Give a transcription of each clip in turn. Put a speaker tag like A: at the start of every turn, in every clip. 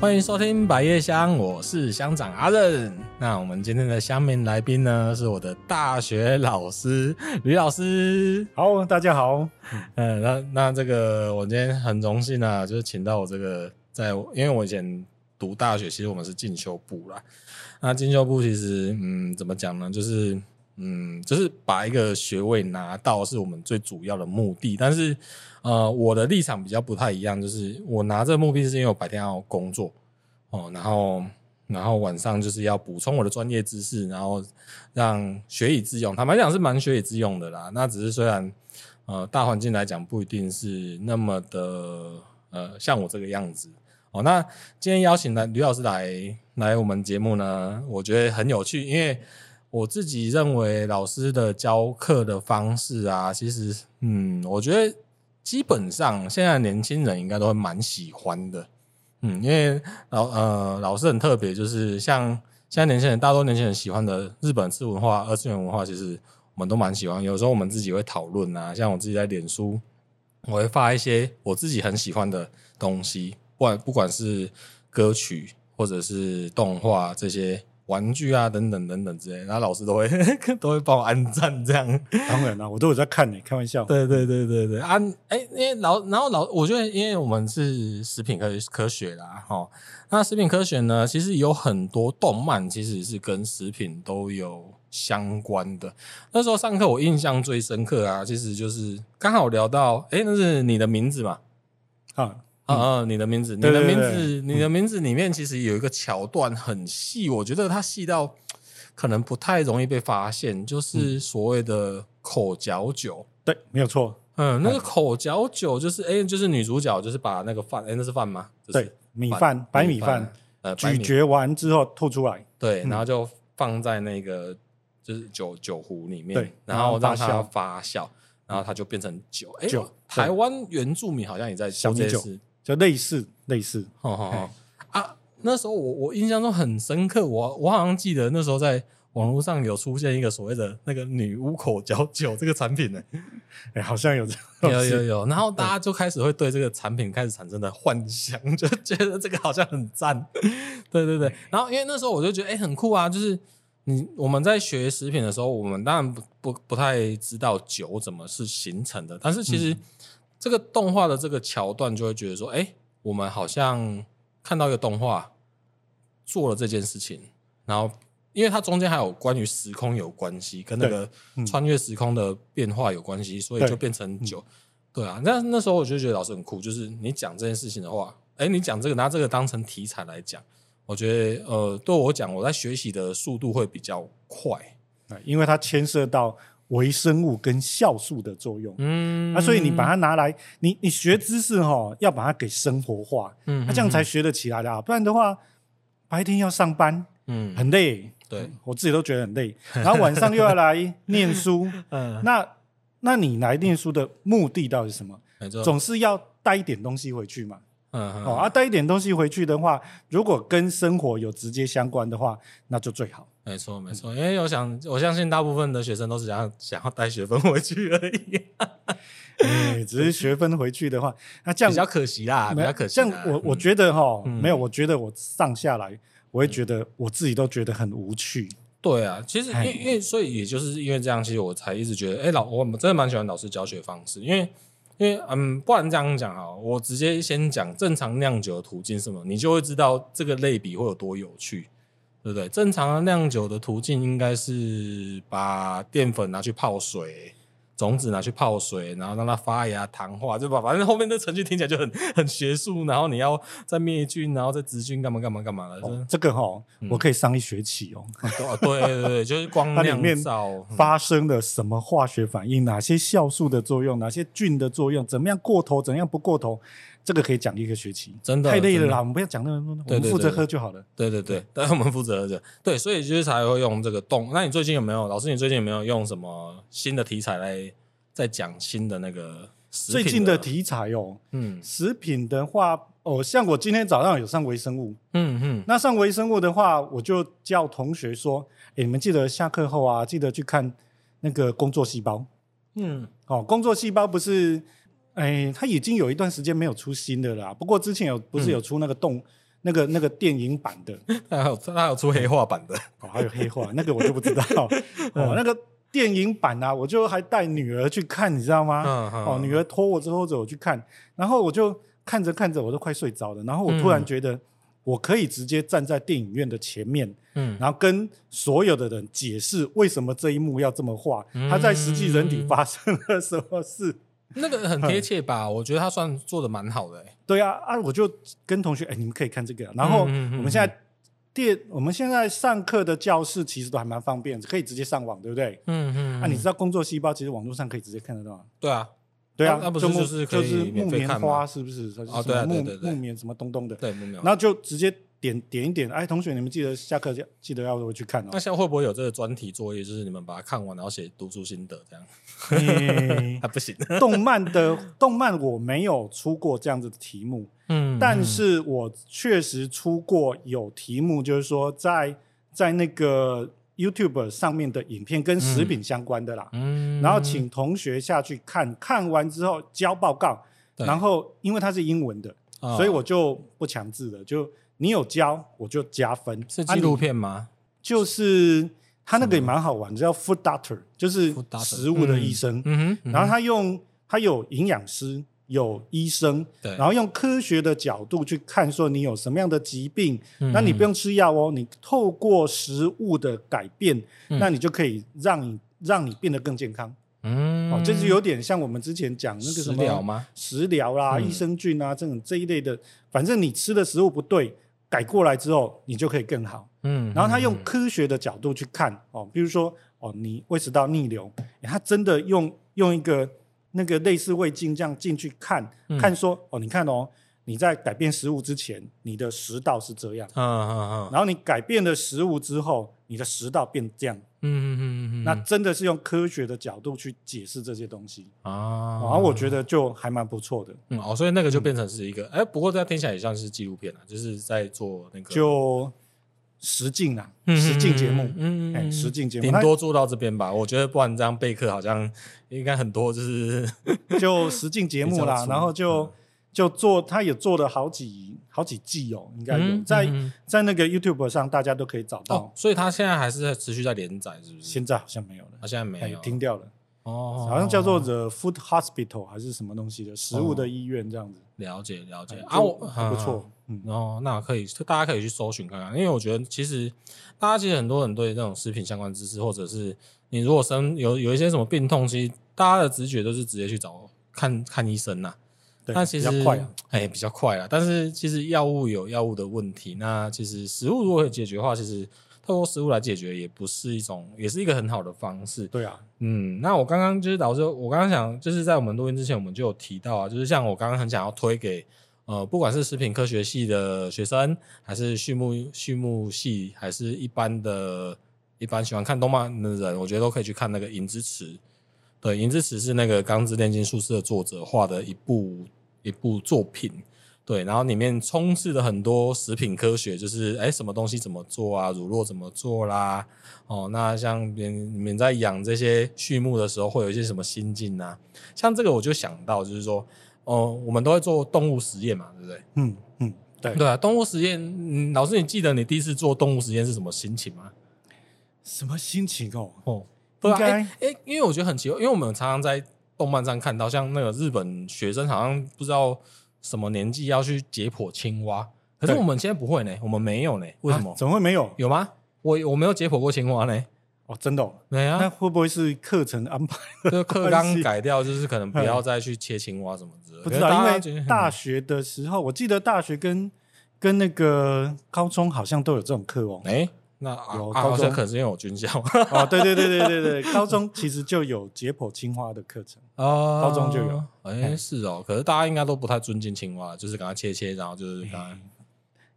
A: 欢迎收听百叶香，我是乡长阿任。那我们今天的乡民来宾呢，是我的大学老师吕老师。
B: 好，大家好。
A: 嗯，那那这个我今天很荣幸啊，就是请到我这个在，因为我以前读大学，其实我们是进修部啦。那进修部其实，嗯，怎么讲呢？就是，嗯，就是把一个学位拿到是我们最主要的目的。但是，呃，我的立场比较不太一样，就是我拿这个目的是因为我白天要工作哦，然后。然后晚上就是要补充我的专业知识，然后让学以致用。坦白讲是蛮学以致用的啦。那只是虽然呃大环境来讲不一定是那么的呃像我这个样子哦。那今天邀请来吕老师来来我们节目呢，我觉得很有趣，因为我自己认为老师的教课的方式啊，其实嗯，我觉得基本上现在年轻人应该都会蛮喜欢的。嗯，因为老呃老师很特别，就是像现在年轻人，大多年轻人喜欢的日本次文化、二次元文化，其实我们都蛮喜欢。有时候我们自己会讨论啊，像我自己在脸书，我会发一些我自己很喜欢的东西，不管不管是歌曲或者是动画这些玩具啊等等等等之类的，然后老师都会 都会帮我按赞这样。
B: 当然啦，我都有在看你，开玩笑。
A: 对对对对对啊！哎、因为老然后老，我觉得因为我们是食品科科学啦，哈，那食品科学呢，其实有很多动漫其实是跟食品都有相关的。那时候上课我印象最深刻啊，其实就是刚好聊到，哎、那是你的名字嘛？
B: 啊，
A: 啊、啊，你的名字，你
B: 对
A: 的
B: 对
A: 名
B: 对嗯
A: 字，你的名字里面其实有一个桥段很细，我觉得它细到可能不太容易被发现，
B: 嗯
A: 就是所谓的口角酒。
B: 对，没有错。
A: 嗯，那个口角酒就是，哎、就是女主角就是把那个饭，哎、那是饭吗？就是、
B: 对，米饭白米饭，嗯
A: 呃，白
B: 咀
A: 米
B: 嚼完之后吐出来，
A: 对，然后就放在那个就是酒酒壶里面，
B: 对
A: 然后让
B: 然
A: 它
B: 后
A: 发酵，然后它就变成酒。哎、
B: 酒
A: 台湾原住民好像也在
B: 小
A: 做
B: 米
A: 这件
B: 酒
A: 事。
B: 就类似类似。
A: 哦哦哦啊！那时候我我印象中很深刻，我我好像记得那时候在网络上有出现一个所谓的那个女巫口嚼酒这个产品呢、
B: 哎，好像有这
A: 有
B: 种
A: 有
B: 事。
A: 有，然后大家就开始会对这个产品开始产生的幻想， 就觉得这个好像很赞， 对对对。然后因为那时候我就觉得，哎、很酷啊！就是你我们在学食品的时候，我们当然不不不太知道酒怎么是形成的，但是其
B: 嗯
A: 实这个动画的这个桥段就会觉得说，哎、我们好像看到一个动画做了这件事情，然后因为它中间还有关于时空有关系，跟那个
B: 嗯
A: 穿越时空的变化有关系，所以
B: 对嗯
A: 就变成酒。对啊，那那时候我就觉得老师很酷，就是你讲这件事情的话，哎、你讲这个拿这个当成题材来讲，我觉得呃，对我讲，我在学习的速度会比较快。
B: 啊因为它牵涉到微生物跟酵素的作用。
A: 嗯
B: 啊，所以你把它拿来，你你学知识哈，要把它给生活化，
A: 嗯
B: 那这样才学得起来的啊，不然的话，白天要上班
A: 嗯
B: 很累，
A: 对，
B: 我自己都觉得很累，然后晚上又要来念书，
A: 嗯，
B: 那那你来念书的目的到底是什么？
A: 没错，
B: 总是要带一点东西回去嘛。
A: 嗯
B: 哦，啊，带一点东西回去的话，如果跟生活有直接相关的话，那就 最好。
A: 没错，没错，因为我想，我相信大部分的学生都是想要想要带学分回去而已，
B: 哎只是学分回去的话，那这
A: 比较
B: 样
A: 可惜啦，比
B: 没
A: 较可惜
B: 这
A: 啦。
B: 样我我
A: 嗯
B: 觉得哈，
A: 嗯
B: 没有，我觉得我上下来，我会觉得我自己都觉得很无趣。
A: 对啊，其实因为
B: 哎
A: 因为所以也就是因为这样，其实我才一直觉得，哎、老我真的蛮喜欢老师教学方式，因为因为嗯，不然这样讲啊，我直接先讲正常酿酒的途径是什么，你就会知道这个类比会有多有趣，对不对？正常的酿酒的途径应该是把淀粉拿去泡水。种子拿去泡水，然后让它发芽、糖化，就把反正后面的程序听起来就很很学术，然后你要再灭菌，然后再植菌，干嘛干嘛干嘛的，
B: 哦这个哈，
A: 嗯
B: 我可以上一学期哦。
A: 哦， 对对对，就是光
B: 它里
A: 亮
B: 面
A: 照嗯
B: 发生了什么化学反应，哪些酵素的作用，哪些菌的作用，怎么样过头，怎样不过头，这个可以讲一个学期，
A: 真的
B: 太累了
A: 真的
B: 啦，我们不要讲那么多，
A: 对
B: 我们负责
A: 对对
B: 喝就好了。
A: 对对对，但是我们负责的对，所以就是才会用这个动。那你最近有没有老师？你最近有没有用什么新的题材来再讲新的那个食品
B: 最近的题材哦，
A: 嗯
B: 食品的话，哦，像我今天早上有上微生物，
A: 嗯嗯
B: 那上微生物的话，我就叫同学说，哎，你们记得下课后啊，记得去看那个工作细胞。
A: 嗯
B: 哦，工作细胞不
A: 嗯
B: 是，哎，它已经有一段时间没有出新的啦。不过之前有不是有出那个动、那个那个电影版的，
A: 它还有它还有出黑化版的，
B: 哦，还有 黑化，那个我就不知道。
A: 嗯
B: 哦，那个电影版啊，我就还带女儿去看，你知道吗？
A: 嗯嗯
B: 哦，女儿拖我之后走我去看，然后我就看着看着我都快睡着了，然后我
A: 嗯
B: 突然觉得我可以直接站在电影院的前面，
A: 嗯，
B: 然后跟所有的人解释为什么这一幕要这么画，
A: 嗯
B: 它在实际人体发生了什么事。
A: 那个很贴切吧？我觉得他算做的蛮好的、欸，
B: 对啊，啊，我就跟同学，哎，你们可以看这个啊。然后我
A: 嗯嗯嗯
B: 们现在电，我们现在上课的教室其实都还蛮方便，可以直接上网，对不对？
A: 嗯嗯
B: 啊，你知道工作细胞其实网络上可以直接看得到啊。
A: 对啊，
B: 对啊，
A: 那那不是
B: 木
A: 就是可
B: 就
A: 以
B: 是木
A: 免费
B: 棉
A: 看
B: 花
A: 吗
B: 是不是？它是
A: 哦
B: 什
A: 对
B: 么木
A: 对对对
B: 木棉什么东东的，
A: 对，没有没有。
B: 然后就直接点点一点，哎，同学你们记得下课就记得要回去看哦
A: 那。现在会不会有这个专题作业，就是你们把它看完，然后写读书心得这样？
B: 嘿
A: 啊，不行，
B: 动漫的动漫我没有出过这样子的题目，
A: 嗯
B: 但是我确实出过有题目，就是说在在那个 YouTube 上面的影片跟食品相关的啦。
A: 嗯
B: 然后请同学下去看看完之后交报告，
A: 对
B: 然后因为它是英文的，
A: 啊
B: 所以我就不强制了，就你有教我就加分。
A: 是
B: 啊
A: 纪录，片吗？
B: 你就是他那个也蛮好玩的，叫 Food Doctor，就是
A: Food doctor
B: 食物的医生。
A: 嗯哼，嗯
B: 然后他用他有营养师，有医生，
A: 嗯对，
B: 然后用科学的角度去看，说你有什么样的疾病，
A: 嗯
B: 那你不用吃药哦，你透过食物的改变，
A: 嗯
B: 那你就可以让你让你变得更健康。
A: 嗯
B: 哦，这就有点像我们之前讲那个
A: 食
B: 什
A: 疗
B: 么
A: 吗？
B: 食疗啦、
A: 嗯
B: 益生菌啊这种这一类的，反正你吃的食物不对，改过来之后你就可以更好。
A: 嗯，
B: 然后他用科学的角度去看哦，比如说哦，你胃食道逆流，诶他真的用用一个那个类似胃镜这样进去看，
A: 嗯
B: 看说哦，你看哦，你在改变食物之前，你的食道是这样，
A: 嗯嗯嗯
B: 然后你改变了食物之后，你的食道变这样，
A: 嗯嗯嗯嗯，
B: 那真的是用科学的角度去解释这些东西。
A: 啊，
B: 然后我觉得就还蛮不错的，
A: 嗯哦，所以那个就变成是一个，哎，不过这样听起来也像是纪录片啊，就是在做那个
B: 就实境啊，
A: 嗯
B: 实境节目，
A: 嗯嗯嗯
B: 哎，
A: 嗯
B: 实境节目，
A: 顶多做到这边吧。我觉得不然这样备课好像应该很多就是
B: 它就实境节目
A: 比较
B: 啦，
A: 粗
B: 然后就
A: 嗯
B: 就做，他也做了好几好几季哦，应该有
A: 嗯
B: 在
A: 嗯嗯
B: 在那个 YouTube 上大家都可以找
A: 哦
B: 到，，
A: 所以他现在还是在持续在连载，是不是？
B: 现在好像没有了
A: 他，现在没
B: 哎
A: 有，
B: 停掉了，
A: 哦，
B: 好像叫做 The Food Hospital 还是什么东西的食物的医院这样子，
A: 了解了解哦啊，
B: 哎就
A: 我
B: 还不错，嗯，
A: 哦，那可以，大家可以去搜寻看看，因为我觉得其实大家其实很多人对这种食品相关知识，或者是你如果生有有一些什么病痛，其实大家的直觉都是直接去找看看医生呐、
B: 对，
A: 那其实
B: 比较快啊，
A: 哎、比较快啦。但是其实药物有药物的问题，那其实食物如果可以解决的话，其实透过食物来解决也不是一种，也是一个很好的方式。
B: 对啊，
A: 嗯，那我刚刚就是老师，我刚刚想就是在我们录音之前，我们就有提到啊，就是像我刚刚很想要推给呃，不管是食品科学系的学生，还是畜牧畜牧系，还是一般的一般喜欢看动漫的人，我觉得都可以去看那个《银之匙》。对，《银之匙》是那个《钢之炼金术师》的作者画的一部一部作品。对，然后里面充斥了很多食品科学，就是哎，什么东西怎么做啊，乳酪怎么做啦，哦，那像你们你们在养这些畜牧的时候，会有一些什么心境啊？像这个我就想到，就是说，哦，我们都会做动物实验嘛，对不对？
B: 嗯嗯，对，
A: 对啊，动物实验，嗯，老师，你记得你第一次做动物实验是什么心情吗？
B: 什么心情哦？
A: 哦，对啊，
B: 应该
A: 哎、诶因为我觉得很奇怪，因为我们常常在动漫上看到，像那个日本学生好像不知道什么年纪要去解剖青蛙，可是
B: 对
A: 我们现在不会呢，我们没有呢，为什么？
B: 啊怎么会没有？
A: 有吗？我我没有解剖过青蛙呢，
B: 哦，真的哦，
A: 没啊，
B: 那会不会是课程安排？
A: 就是课
B: 关
A: 纲
B: 系
A: 改掉，就是可能不要再去切青蛙什么之类的。
B: 不知道，因
A: 可
B: 为
A: 能
B: 大
A: 大家觉得
B: 学的时候，我记得大学跟跟那个高中好像都有这种课 哦
A: 很。哎，那啊
B: 有
A: 啊，好
B: 高
A: 像
B: 中
A: 可能是因为我军 校
B: 哦，对对对对对对，高中其实就有解剖青蛙的课程。
A: 哦
B: 高中就有。
A: 哎，是哦，可是大家应该都不太尊敬青蛙，就是给它切切，然后就是给它。
B: 哎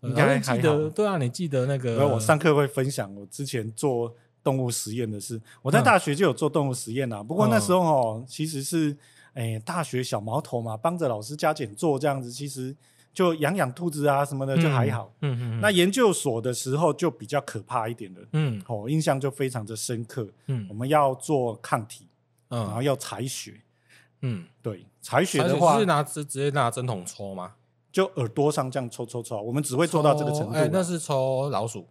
B: 应该
A: 呃你记
B: 还
A: 得
B: 好
A: 对啊，你记得那
B: 然后
A: 个
B: 我上课会分享我之前做动物实验的事。我在
A: 嗯
B: 大学就有做动物实验啊，不过
A: 嗯
B: 那时候哦，其实是哎大学小毛头嘛，帮着老师加减做这样子，其实就养养兔子啊什么的就还好。，
A: 嗯嗯嗯，
B: 那研究所的时候就比较可怕一点了。
A: 嗯
B: 哦，印象就非常的深刻。我
A: 嗯
B: 们要做抗体，然后
A: 嗯
B: 要采血。
A: 嗯，
B: 对，采血
A: 而
B: 啊的
A: 且
B: 话
A: 是，拿直直接拿针筒抽吗？
B: 就耳朵上这样抽抽抽，我们只会做到这个程度
A: 抽
B: 啊啦。
A: 哎，那是抽老鼠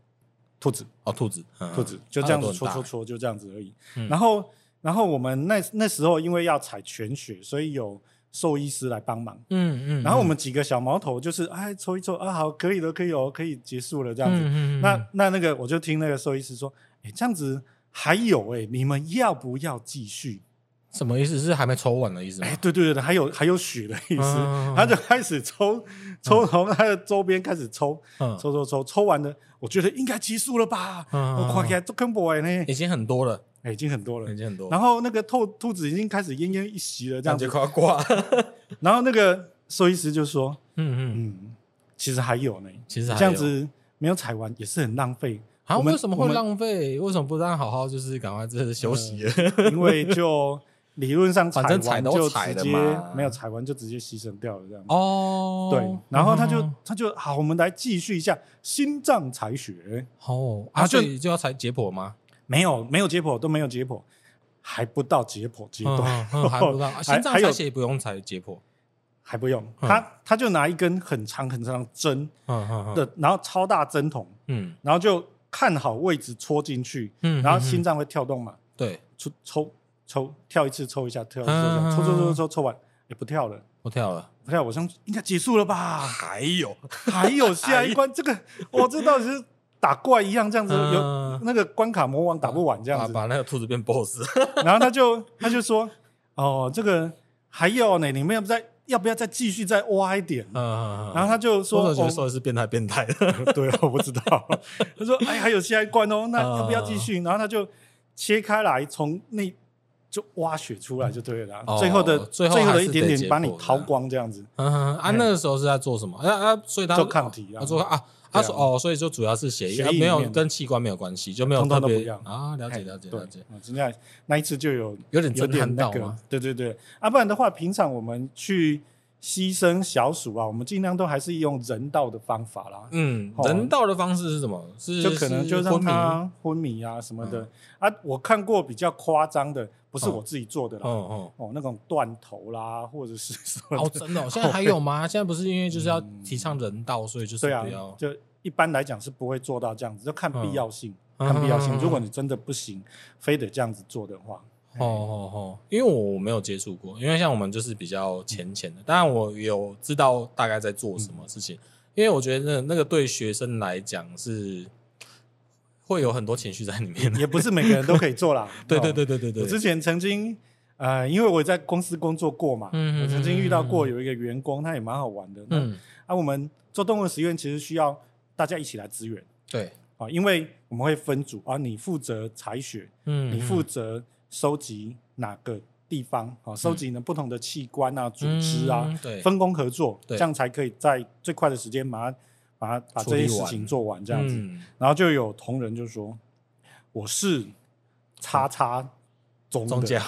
B: 兔子，
A: 哦，兔子，嗯
B: 兔子就这样子戳，
A: 它耳朵
B: 戳
A: 很大
B: 戳，就这样子而已。
A: 嗯
B: 然后，然后我们那那时候因为要采全血，所以有兽医师来帮忙。
A: 嗯嗯。
B: 然后我们几个小毛头就是哎抽一抽啊，好，可以了，可以哦，可以结束了
A: 这
B: 这样子。
A: 子
B: 那那那个我就听那个兽医师说，哎，这样子还有哎，你们要不要继续？
A: 什么意思？是还没抽完的意思吗
B: 哎，？对对对，还有还有血的意思，
A: 嗯
B: 他就开始抽抽从他的周边开始抽
A: 嗯
B: 抽抽抽，抽完了，我觉得应该结束了吧，
A: 嗯
B: 我快给做跟 boy 呢，
A: 已经很多了，
B: 哎，已经很多了
A: 已。经很多，
B: 然后那个兔兔子已经开始奄奄一息了，这
A: 这样
B: 样
A: 就
B: 子。
A: 快要挂。
B: 然后那个兽医师就说
A: 嗯嗯，：“
B: 嗯，其实还有呢，
A: 其实还有
B: 这样子没有采完也是很浪费。
A: 啊，
B: 我们嗯
A: 为什么会浪费？为什么不让好好就是赶快就是休息？
B: 因为就理论上
A: 反正
B: 采
A: 采
B: 完
A: 都
B: 就
A: 采
B: 直
A: 了
B: 接
A: 嘛
B: 没有采完就直接牺牲掉了这样。
A: 哦，
B: 对，然后他就、
A: 嗯
B: 他就好，我们来继续一下心脏采血，
A: 哦，
B: 啊
A: 啊，
B: 就
A: 所以就要采解剖吗？
B: 没有没有解剖都没有解剖，还不到解剖阶
A: 嗯
B: 段，
A: 嗯 嗯还不让啊心脏
B: 还有
A: 采血也不用采解剖。
B: 还不用。
A: 嗯
B: 他他就拿一根很长很长的针
A: 嗯嗯嗯
B: 的，然后超大针筒，
A: 嗯
B: 然后就看好位置戳进去，
A: 嗯，
B: 然后
A: 嗯
B: 心
A: 嗯
B: 脏会跳动嘛，
A: 对
B: 抽抽抽跳一次抽一下，跳一次抽一下，
A: 嗯
B: 抽抽抽抽抽抽完也不跳了。
A: 我跳了，
B: 不跳，我想应该结束了吧？
A: 还有
B: 还有下一关，这个我这到底是打怪一样这样子，
A: 嗯
B: 有那个关卡魔王打不完这样
A: 把
B: 子。
A: 把那个兔子变 BOSS。
B: 然后他就他就说：“哦，这个还有呢，你们要不再要不要再继续再挖一点
A: 嗯？”嗯，
B: 然
A: 他
B: 后他就说：“
A: 我觉得
B: 哦，
A: 说的是变态变态的。
B: 对，啊我不知道。”他说：“哎，还有下一关哦，那
A: 嗯
B: 要不要继续？”然后他就切开来，从那就挖血出来就对了啦。
A: 哦
B: 最后的
A: 最后
B: 后
A: 还
B: 的
A: 是
B: 一点
A: 得
B: 点
A: 解
B: 把你
A: 剖的
B: 掏光这样子，
A: 嗯啊，
B: 哎
A: 那个时候是在做什么？啊啊，所以他
B: 做抗体啊
A: 他做啊，他说
B: 对啊
A: 哦，所以就主要是血
B: 血
A: 液，
B: 液
A: 啊
B: 里
A: 没有
B: 面
A: 跟器官没有关系，就没有
B: 通通
A: 特
B: 都不
A: 别
B: 一样
A: 啊，了解
B: 哎
A: 了解
B: 对
A: 了解，，
B: 我真的那一次就有
A: 有点
B: 有
A: 震撼
B: 点那
A: 到
B: 个
A: 吗？，
B: 对对对，啊，不然的话，平常我们去牺牲小鼠啊，我们尽量都还是用人道的方法啦，
A: 嗯，
B: 哦
A: 人道的方式是什么？是
B: 就可能就是让
A: 昏迷。嗯哦
B: 它昏迷啊什么的、啊。我看过比较夸张的，不
A: 嗯
B: 是我自己做的啦，哦
A: 哦，
B: 那种断头啦，或者是什么
A: 哦，
B: 的，
A: 真的哦，现在还有吗？ 现在不是因为就是要提倡人道，所以就是
B: 嗯对
A: 不
B: 啊
A: 要，
B: 就一般来讲是不会做到这样子，就看必要性，
A: 嗯
B: 看必要性、
A: 嗯嗯嗯
B: 如果你真的不行，非得这样子做的话，
A: 哦哦哦，因为我没有接触过，因为像我们就是比较浅浅的，当然我有知道大概在做什么
B: 嗯
A: 事情，因为我觉得那那个对学生来讲是会有很多情绪在里面的。
B: 也不是每个人都可以做啦
A: 。对
B: 哦
A: 对对对对
B: 我
A: 对，
B: 之前曾经，呃，因为我在公司工作过嘛，
A: 嗯嗯
B: 我曾经遇到过
A: 嗯
B: 有一个员工，他也蛮好玩的。嗯，
A: 嗯，
B: 啊，我们做动物实验其实需要大家一起来支援
A: 对，
B: 啊，因为我们会分组啊，你负责采血，
A: 嗯，
B: 你负责收集哪个地方啊，收集呢不同的器官啊、组织啊，
A: 嗯，对，
B: 分工合作，这
A: 对
B: 样才可以在最快的时间把它把它把
A: 处
B: 这些
A: 理
B: 事
A: 完
B: 情做完，这样子。
A: 嗯
B: 然后就有同仁就说：“我是叉叉中的
A: 宗教，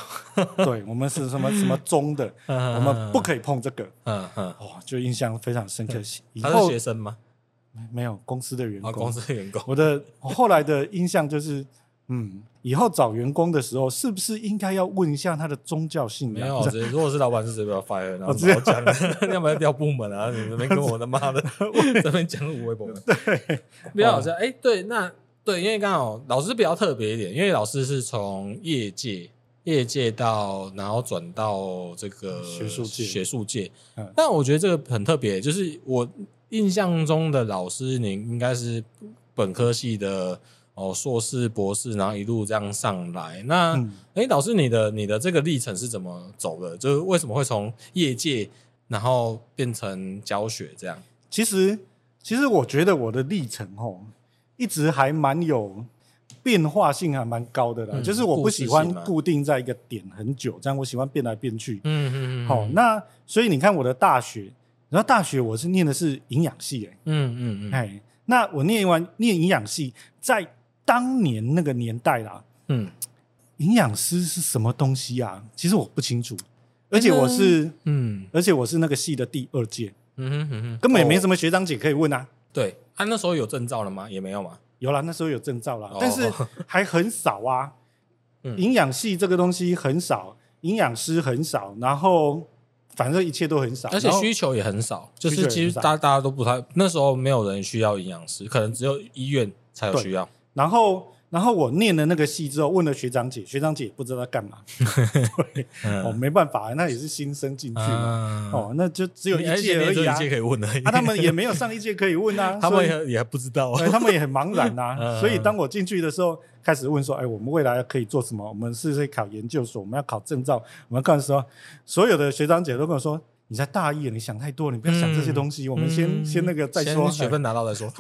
B: 对我们是什么什么中的，我
A: 我
B: 们不，可以碰这个。
A: 嗯嗯，
B: 哇，就印象非常深刻。以
A: 他是
B: 后
A: 学生吗？
B: 没有公司的员
A: 啊，
B: 工，
A: 公司的员工，
B: 我的我后来的印象就是，嗯，以后找员工的时候，是不是应该要问一下他的宗教信
A: 没
B: 仰？
A: 有，直接如果是老板是直接把他 fire，然后啊
B: 哦直接
A: 老讲， 要不然调部门啊，你这边跟我的妈的 这边讲五位部门，对，比较好笑。哎，对，那对，因为刚好老师比较特别一点，因为老师是从业界。业界到，然后转到这个
B: 学术界
A: 学术界
B: 嗯，
A: 但我觉得这个很特别，就是我印象中的老师，你应该是本科系的哦，硕士、博士，然后一路这样上来。那、
B: 嗯，
A: 哎，老师，你的你的这个历程是怎么走的？就是为什么会从业界，然后变成教学这样？
B: 其实其实我觉得我的历程哦，一直还蛮有。变化性还蛮高的啦，
A: 嗯
B: 就是我不喜
A: 故
B: 欢
A: 事性嘛
B: 固定在一个点很久，这样我喜欢变来变去。
A: 嗯
B: 好、那所以你看我的大学，然后大学我是念的是营养系、欸，
A: 嗯嗯
B: 哎、那我念完念营养系，在当年那个年代啦，
A: 嗯
B: 营养师是什么东西啊？其实我不清楚，而且我是，
A: 嗯
B: 而且我是那个系的第二届，
A: 嗯嗯
B: 根本也没什么学长姐可以问啊。
A: 对，啊，那时候有证照了吗？也没有嘛。
B: 有啦，那时候有证照啦，
A: 哦
B: 但是还很少啊。
A: 嗯
B: 营养系这个东西很少，营养师很少，然后反正一切都很少，
A: 而且
B: 然后
A: 需求也很少，就
B: 需求
A: 是
B: 也
A: 其
B: 很
A: 实
B: 少
A: 大大家都不太那时候没有人需要营养师，可能只有医院才有
B: 对
A: 需要。
B: 然后，然后我念了那个戏之后，问了学长姐，学长姐也不知道 在干嘛，对，
A: 嗯
B: 哦，没办法，那也是新生进去嘛，
A: 啊
B: 哦，那就只有
A: 你而
B: 一
A: 且
B: 届
A: 你
B: 而
A: 哎也只
B: 已
A: 有
B: 啊
A: 一，届可以问的，
B: 啊，他们也没有上一届可以问 啊，
A: 他
B: 所
A: 们
B: 以
A: 也也不知道
B: 对他们也很茫然呐、
A: 嗯
B: 所以当我进去的时候，开始问说：“哎，我们未来可以做什么？我们是在考研究所，我们要考证照，我们要干什么？”所有的学长姐都跟我说：“你才大一，你想太多，你不要想这些东西，我们先、
A: 嗯
B: 先那个再说。
A: 先”学分拿到再 说。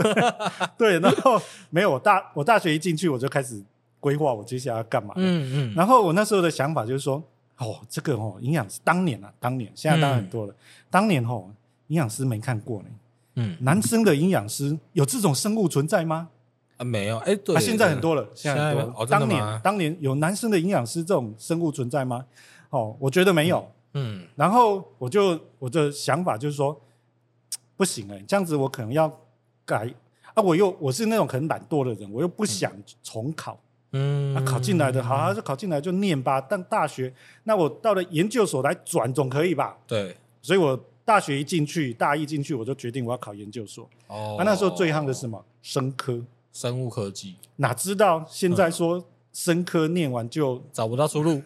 B: 对，然后没有我大我大学一进去，我就开始规划我接下来要干嘛。
A: 嗯嗯，
B: 然后我那时候的想法就是说，哦，这个哦，营养师当年啊，当年现在当然很多了，当年哦，营养师没看过呢。
A: 嗯
B: 男生的营养师有这种生物存在吗？
A: 啊没有，哎对，
B: 啊，现在很多了，现在很
A: 现在
B: 多
A: 哦真
B: 了。
A: 的
B: 当
A: 吗
B: 年当年有男生的营养师这种生物存在吗？哦，我觉得没有。
A: 嗯
B: 然后我就我的想法就是说，不行哎、这样子我可能要改啊。我又我是那种很懒惰的人，我又不想重考。
A: 嗯，
B: 啊，考进来的，好、啊，就考进来就念吧。但大学，那我到了研究所来转总可以吧？
A: 对
B: 所以我大学一进去，大一进去我就决定我要考研究所。
A: 哦
B: 啊，那时候最夯的是什么？生科。
A: 生物科技，
B: 哪知道现在说生科念完就
A: 找不到出路，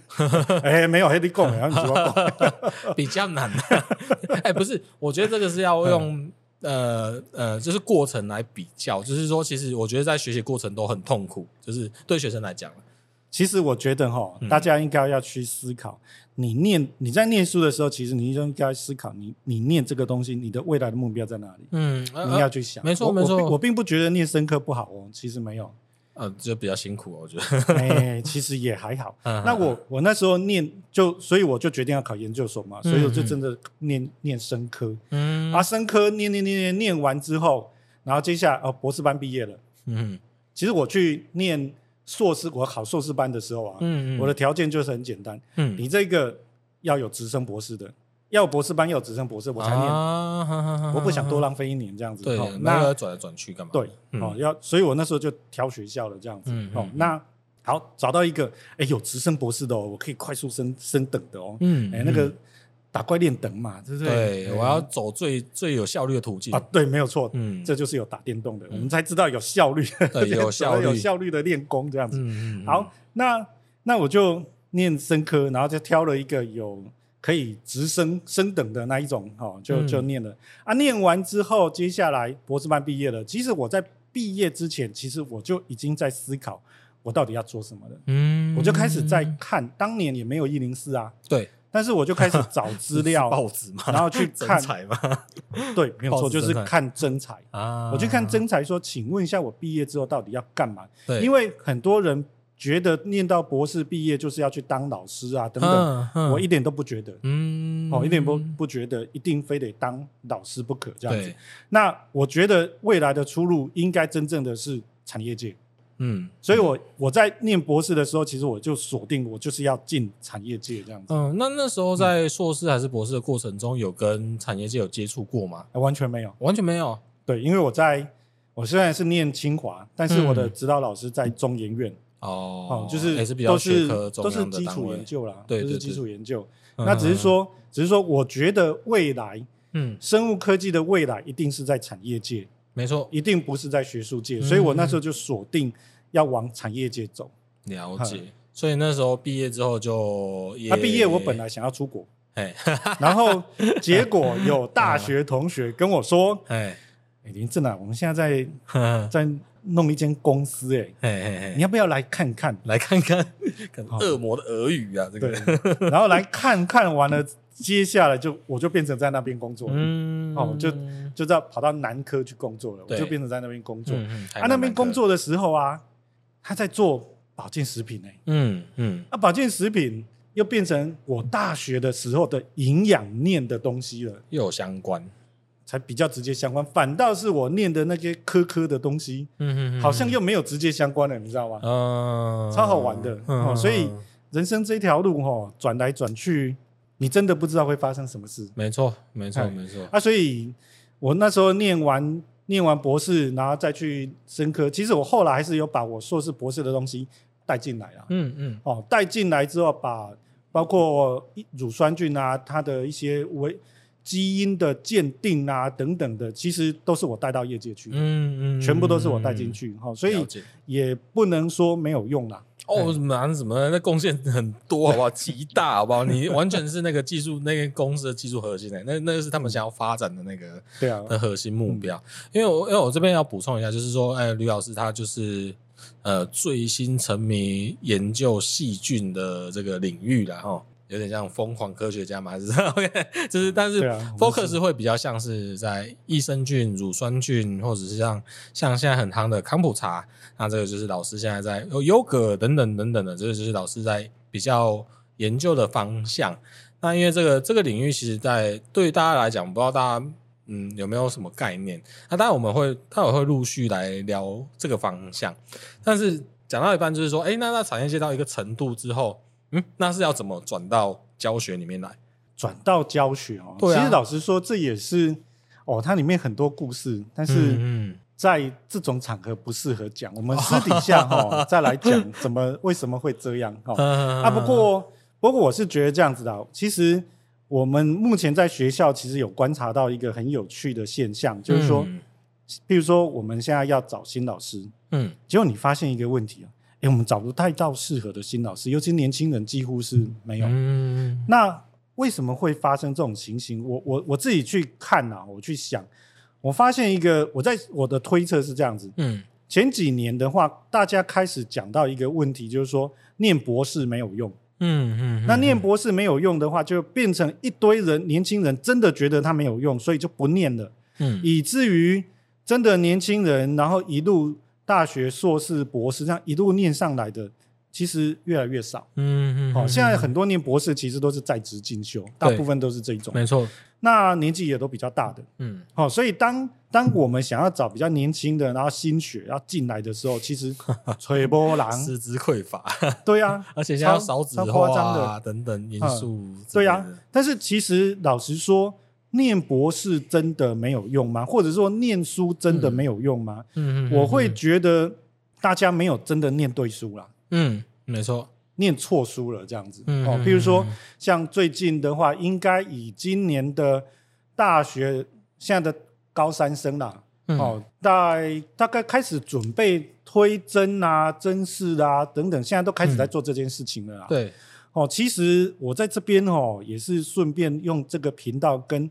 B: 哎、没有黑地供，然后你说
A: 比较难。 哎，不是，我觉得这个是要
B: 嗯
A: 用呃呃，就是过程来比较，就是说，其实我觉得在学习过程都很痛苦，就是对学生来讲，
B: 其实我觉得哈
A: 嗯，
B: 大家应该要去思考，你念你在念书的时候，其实你就应该思考你你念这个东西，你的未来的目标在哪里，
A: 嗯，
B: 你要去想。
A: 没错
B: 我
A: 没错
B: 我并我并不觉得念生科不好哦，其实没有，
A: 呃，就比较辛苦，我觉得。
B: 哎、其实也还 好。 那
A: 那
B: 我我那时候念就，所以我就决定要考研究所嘛，所以我就
A: 嗯嗯
B: 真的念念生科。
A: 嗯
B: 啊，生科念念念念念完之后，然后接下来哦，博士班毕业了。
A: 嗯
B: 其实我去念硕士，我考硕士班的时候啊，
A: 嗯
B: 我的条件就是很简单，
A: 嗯
B: 你这个要有直升博士的，要有博士班，要有直升博士，我才念，
A: 念
B: 我不想多浪费一年这样子。
A: 啊对
B: 哦，
A: 那
B: 那
A: 个转来转去干嘛？
B: 对、
A: 嗯
B: 哦，要，所以我那时候就挑学校了这样子。
A: 嗯
B: 哦
A: 嗯，
B: 那好，找到一个哎有直升博士的哦，我可以快速升升等的哦，
A: 嗯
B: 哎那个打怪练等嘛，对不对？
A: 对，我要走最最有效率的途径
B: 啊，对，没有错，
A: 嗯，
B: 这就是有打电动的，我们才知道有效率，
A: 对 有效率
B: 有效率的练功这样子。
A: 嗯嗯
B: 好，那那我就念生科，然后就挑了一个有可以直升升等的那一种，哦，就
A: 嗯
B: 就念了、啊。念完之后，接下来博士班毕业了。其实我在毕业之前，其实我就已经在思考我到底要做什么了。
A: 嗯，
B: 我就开始在看，当年也没有一零四啊，
A: 对
B: 但是我就开始 找资料，
A: 报纸嘛，
B: 然后去
A: 整
B: 看，
A: 彩嘛
B: 对，没有
A: 报
B: 错，
A: 纸
B: 就
A: 真
B: 是
A: 材
B: 看真才。
A: 啊
B: 我去看真才说，请问一下，我毕业之后到底要干嘛？
A: 对，
B: 因
A: 为
B: 为很多人觉得念到博士毕业就是要去当老师啊等等，
A: 等
B: 我一点都不觉得，
A: 嗯
B: 哦，一点不不觉得一定非得当老师不可这样子
A: 对。，
B: 那我觉得未来的出路应该真正的是产业界，
A: 嗯
B: 所以我我在念博士的时候，其实我就锁定我就是要进产业界这样子，
A: 嗯，那那时候在硕士还是博士的过程中，有跟产业界有接触过吗？
B: 哎完全没有
A: 完全没有
B: 对，因为我在。我虽然是念清华，但是我的
A: 嗯
B: 指导老师在中研院，
A: 哦
B: 哦，，就是
A: 也是比较
B: 都
A: 学
B: 是
A: 科中
B: 都是
A: 央的
B: 基
A: 单
B: 础
A: 位
B: 研，究啦，
A: 对
B: 都
A: 对
B: 是基
A: 对
B: 础研究。
A: 嗯
B: 那只是说，只是说，我觉得未来
A: 嗯，
B: 生物科技的未来一定是在产业界，
A: 没错，
B: 一定不是在学术界，
A: 嗯
B: 所以我那时候就锁定要往产业界走。
A: 了解。所以那时候毕业之后就也
B: 那嗯啊毕业我本来想要出国，
A: 哎
B: 然后结果有大学同学跟我说
A: 哎：“
B: 哎，林正啊，我们现在在
A: 呵
B: 在弄一间公司，哎，
A: 嘿嘿
B: 你
A: 嘿，
B: 要哦不要来看看
A: 来看看， 可能
B: 好
A: 恶魔的俄语啊，？”这
B: 对
A: 个，
B: 然后来看看完了，接下来就我就变成在那边工作了。
A: 嗯
B: 哦就
A: 嗯
B: 就在跑到南科去工作了，我
A: 对
B: 就变成在那边工作。
A: 嗯
B: 啊，那边工，作的时候啊，他在做保健食品呢、
A: 还蛮难得嗯嗯，
B: 啊，保健食品又变成我大学的时候的营养念的东西了，
A: 又有相关，
B: 才比较直接相关。反倒是我念的那些科科的东西，
A: 嗯
B: 好像又没有直接相关了，你知道吗？
A: 嗯
B: 超好玩的哦所以人生这条路哦，转来转去，你真的不知道会发生什么事
A: 没错没错
B: 哎
A: 没错，
B: 啊。所以我那时候念完。念完博士，然后再去深科。其实我后来还是有把我硕士、博士的东西带进来了。
A: 嗯嗯
B: 哦，带进来之后把，把包括一乳酸菌啊，它的一些维基因的鉴定啊等等的，其实都是我带到业界去，
A: 嗯嗯，
B: 全部都是我带进去哈、所
A: 嗯，了
B: 以哎
A: 解。
B: 也不能说没有用啦。
A: 哦，什么什么，那贡献很多，好不好？极大，好不好？你完全是那个技术，那个公司的技术核心的、欸那那个是他们想要发展的那个
B: 对啊，
A: 的核心目标。
B: 嗯
A: 因为我因为我这边要补充一下，就是说，哎，吕老师他就是呃最新沉迷研究细菌的这个领域了哈，吼有点像疯狂科学家嘛，还是 OK，就是但是
B: 嗯对啊我们
A: focus 会比较像是在益生菌、乳酸菌，或者是像像现在很夯的康普茶，那这个就是老师现在在有优格等等等等的，这个就是老师在比较研究的方向。那因为这个这个领域，其实在对于大家来讲，不知道大家嗯有没有什么概念？那当然我们会待会会陆续来聊这个方向。但是讲到一半就是说，哎、那那产业界到一个程度之后，嗯，那是要怎么转到教学里面来？
B: 转到教学哦，
A: 对啊
B: 其实老实说，这也是哦，它里面很多故事，但是。
A: 嗯
B: 在这种场合不适合讲，我
A: 哦
B: 们私底下哈、 再来讲怎么为什么会这样哈、
A: 嗯
B: 啊，不过不过我是觉得这样子的啊，其实我们目前在学校其实有观察到一个很有趣的现象，就是说，
A: 嗯
B: 譬如说我们现在要找新老师，
A: 嗯
B: 结果你发现一个问题啊，诶，我们找不太到适合的新老师，尤其年轻人几乎是没有。
A: 嗯
B: 那为什么会发生这种情形？我我我自己去看啊，我去想，我发现一个，我在我的推测是这样子。
A: 嗯
B: 前几年的话，大家开始讲到一个问题，就是说念博士没有用。
A: 嗯嗯，
B: 那念博士没有用的话，就变成一堆人年轻人真的觉得他没有用，所以就不念了，
A: 嗯
B: 以至于真的年轻人，然后一路大学、硕士、博士这样一路念上来的，其实越来越少。
A: 嗯嗯，
B: 哦，现在很多念博士其实都是在职进修，大部分都是这一种。
A: 嗯没错，
B: 那年纪也都比较大的，
A: 嗯
B: 哦，所以当当我们想要找比较年轻的，然后新血要进来的时候，其实吹波浪，
A: 师资匮乏，
B: 对啊，
A: 而且现在要
B: 嗯超
A: 少子
B: 超夸
A: 化
B: 张
A: 啊
B: 的嗯
A: 等等因素之类的，
B: 对啊。但是其实老实说，念博士真的没有用吗？或者说念书真的没有用吗？
A: 嗯，嗯嗯
B: 我会觉得大家没有真的念对书啦。
A: 嗯没错，
B: 念错书了，这样子
A: 嗯
B: 哦
A: 嗯。
B: 譬如说
A: 嗯，
B: 像最近的话，应该以今年的大学现在的高三生啦，
A: 嗯
B: 哦，大大概开始准备推甄啊、甄试啊等等，现在都开始在做这件事情了啦。
A: 对，
B: 哦，其实我在这边哦，也是顺便用这个频道跟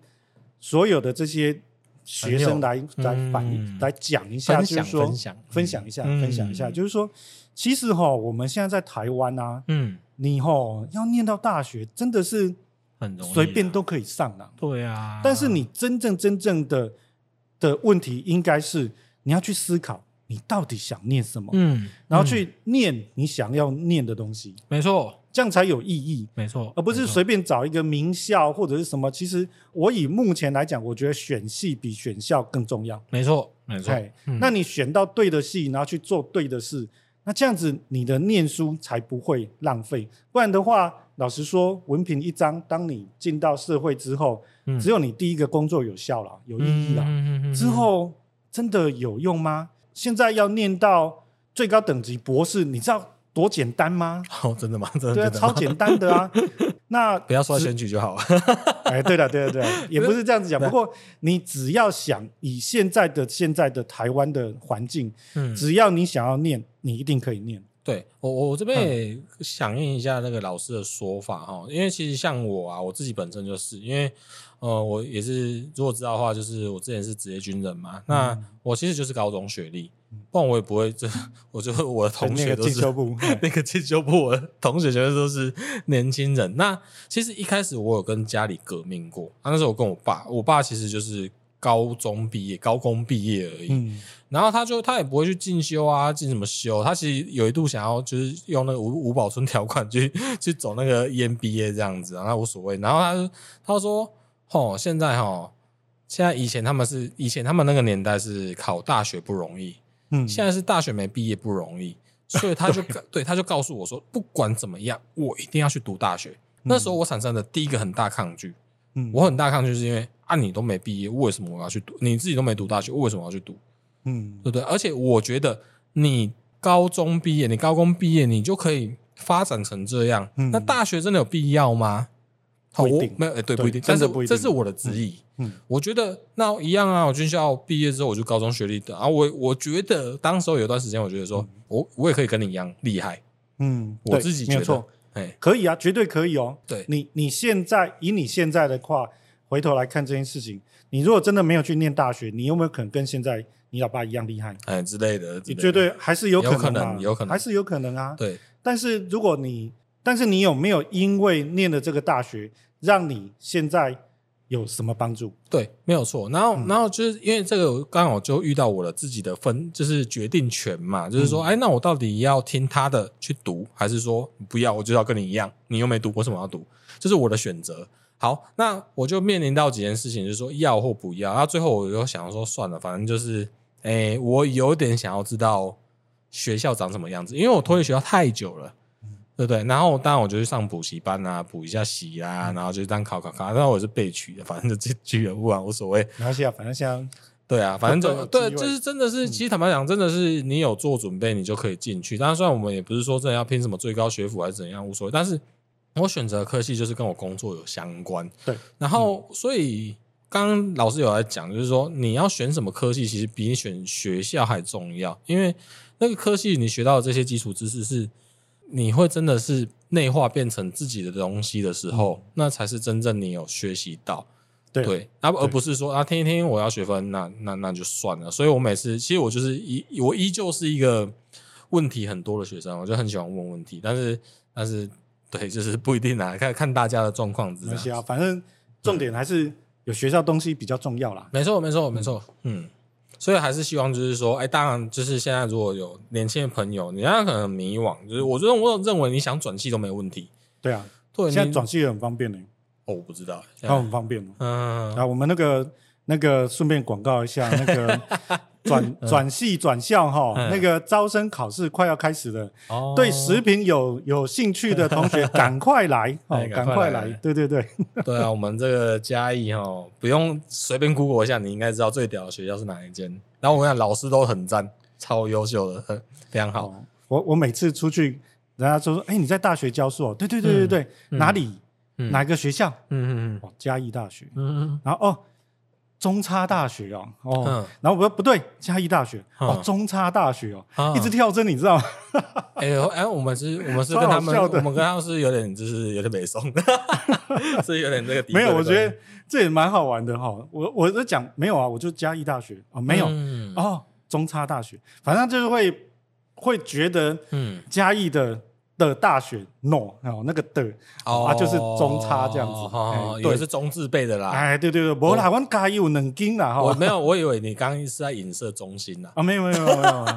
B: 所有的这些学生来
A: 朋友
B: 来反
A: 嗯
B: 映、来讲一下，
A: 分
B: 就是
A: 享
B: 说
A: 分享
B: 分享一下，
A: 嗯
B: 分享一下，
A: 嗯
B: 就是说，其实哈、哦，我们现在在台湾啊，
A: 嗯
B: 你哦要念到大学，真的是
A: 很容易啊
B: 随便都可以上啦。
A: 对啊，
B: 但是你真正真正的的问题，应该是你要去思考，你到底想念什么，
A: 嗯，
B: 然后
A: 嗯
B: 去念你想要念的东西，
A: 没错
B: 这样才有意义。
A: 没错，
B: 而不是
A: 没错
B: 随便找一个名校或者是什么。其实我以目前来讲，我觉得选系比选校更重要。
A: 没错没错
B: 哎，
A: 嗯
B: 那你选到对的系，然后去做对的事，那这样子你的念书才不会浪费。不然的话，老实说，文凭一张，当你进到社会之后，
A: 嗯
B: 只有你第一个工作有效了，有意义了，啊
A: 嗯嗯嗯嗯
B: 之后真的有用吗？现在要念到最高等级博士，你知道多简单吗？
A: 哦，真的吗？真的
B: 对啊，
A: 真的吗
B: 超简单的 啊。那
A: 不要刷选举就 好了。
B: 哎，对了，对了，对了，也不是这样子讲。不过你只要想，以现在的现在的台湾的环境，
A: 嗯，
B: 只要你想要念，你一定可以念。
A: 对我我我这
B: 嗯
A: 边也响应一下那个老师的说法哈，因为其实像我啊，我自己本身就是因为呃，我也是如果知道的话，就是我之前是职业军人嘛，那
B: 嗯
A: 我其实就是高中学历，不然我也不会这，我就我的同
B: 那
A: 学
B: 个
A: 都
B: 进
A: 是
B: 修部，
A: 那个进修部，我的同学全部都是年轻人。那其实一开始我有跟家里革命过，啊、那时候我跟我爸，我爸其实就是高中毕业、高工毕业而已。
B: 嗯，
A: 然后他就他也不会去进修啊，进什么修？他其实有一度想要就是用那个五五保存条款去 去走那个 E EMBA 这样子，然后他无所谓。然后他就他说：“哦，现在哦，现在以前他们是以前他们那个年代是考大学不容易，
B: 嗯，
A: 现在是大学没毕业不容易，所以他就对他就告诉我说，不管怎么样，我一定要去读大学。那时候我产生的第一个很大抗拒，
B: 嗯
A: 我很大抗拒是因为啊，你都没毕业，为什么我要去读？你自己都没读大学，为什么我要去读？
B: 嗯
A: 对不对？而且我觉得你高中毕业，你高中毕业，你就可以发展成这样，
B: 嗯
A: 那大学真的有必要吗？好
B: 不一
A: 我
B: 定
A: 没有，哎对，
B: 对
A: 不一定，
B: 真
A: 但
B: 的
A: 是
B: 不一定
A: 这是我的质疑。
B: 嗯嗯
A: 我觉得那一样啊，我军校毕业之后我就高中学历的啊，我我觉得当时候有段时间，我觉得说、我我也可以跟你一样厉害，
B: 嗯，
A: 我
B: 对
A: 自己
B: 没
A: 觉
B: 有
A: 得
B: 错，，
A: 哎，
B: 可以啊，绝对可以哦。
A: 对，
B: 你你现在以你现在的话，回头来看这件事情，你如果真的没有去念大学，你有没有可能跟现在你老爸一样厉害？
A: 哎之类的，之类
B: 你
A: 的
B: 绝对还是有可能
A: 有
B: 啊，
A: 可能有可能
B: 还是有可能啊。
A: 对，
B: 但是如果你，但是你有没有因为念了这个大学，让你现在有什么帮助？
A: 对，没有错。然后，然后就是因为这个，刚好就遇到我的自己的分，就是决定权嘛，就是说，哎，那我到底要听他的去读，还是说不要？我就要跟你一样，你又没读，为什么要读？这是我的选择。好，那我就面临到几件事情，就是说要或不要。然后最后我就想说，算了，反正就是，哎，我有点想要知道学校长什么样子，因为我脱离学校太久了。对不对？然后当然我就去上补习班啊，补一下习啦、
B: 嗯
A: 然后就当考考考。然后我是被取的，反正就进去了，不管无所谓。
B: 然后现在反正现在
A: 对啊，反正
B: 都
A: 就
B: 有
A: 对，
B: 机会嗯
A: 就是真的是，其实坦白讲，真的是你有做准备，你就可以进去。当然，虽然我们也不是说真的要拼什么最高学府还是怎样，无所谓。但是我选择的科系就是跟我工作有相关。
B: 对，
A: 然后所以刚刚老师有在讲，就是说你要选什么科系，其实比你选学校还重要，因为那个科系你学到的这些基础知识是。你会真的是内化变成自己的东西的时候，那才是真正你有学习到。
B: 对
A: 对，而而
B: 对
A: 不是说啊，天天我要学分，那那那就算了。所以我每次其实我就是依我依旧是一个问题很多的学生，我就很喜欢问问题，但是但是对，就是不一定啊， 看看大家的状况是
B: 没关
A: 这
B: 系
A: 样。
B: 啊，反正重点还是有学校东西比较重要啦。
A: 没错，没错，没错，嗯。所以还是希望就是说，哎，当然就是现在如果有年轻的朋友，你那可能很迷惘，就是我觉得我认为你想转系都没问题。
B: 对啊，
A: 对，
B: 现在
A: 你
B: 转系也很方便呢、
A: 哦，我不知道，现
B: 然后
A: 在
B: 很方便哦。
A: 嗯，
B: 啊，我们那个那个顺便广告一下，那个 转转系转校哈，
A: 嗯
B: 那个招生考试快要开始了，
A: 哦
B: 对食品有有兴趣的同 学赶快来哦
A: 哎，赶
B: 赶
A: 快
B: 快
A: 来
B: 来，对对对，
A: 对啊，我们这个嘉义哈，不用随便 Google 一下，你应该知道最屌的学校是哪一间。然后我跟你讲，老师都很赞，超优秀的，很非常好。
B: 哦我我每次出去，人家就说，哎，你在大学教书哦？对对对对对，哪里
A: 嗯
B: 哪个学校？
A: 嗯嗯
B: 哦，嘉义大学，
A: 嗯
B: 然后哦。中差大学哦，哦，
A: 嗯
B: 然后我说不对，嘉义大学、哦
A: 嗯，
B: 中差大学哦，
A: 嗯
B: 一直跳针，你知道吗？
A: 哎呦哎，我们是，我们是跟他们，
B: 超好
A: 我
B: 笑的
A: 们跟他们是有点就是有点北宋， 是有点这个敌
B: 没
A: 对的
B: 有，
A: 关
B: 我
A: 系。
B: 觉得这也蛮好玩的哈。哦我我在讲没有啊，我就嘉义大学啊、没有、
A: 嗯
B: 哦，中差大学，反正就是会会觉得
A: 嗯
B: 嘉义的的大学 no 哦，那个的，
A: 哦
B: 啊就是中差这样子
A: 哦
B: 哎，
A: 也
B: 对
A: 是中字辈的啦。
B: 哎，对啊对对，我啦，我们嘉义有两间啦
A: 啊我
B: 哈。
A: 没有，我以为你刚刚是在影射中心呐。
B: 啊，没有没有没有没有没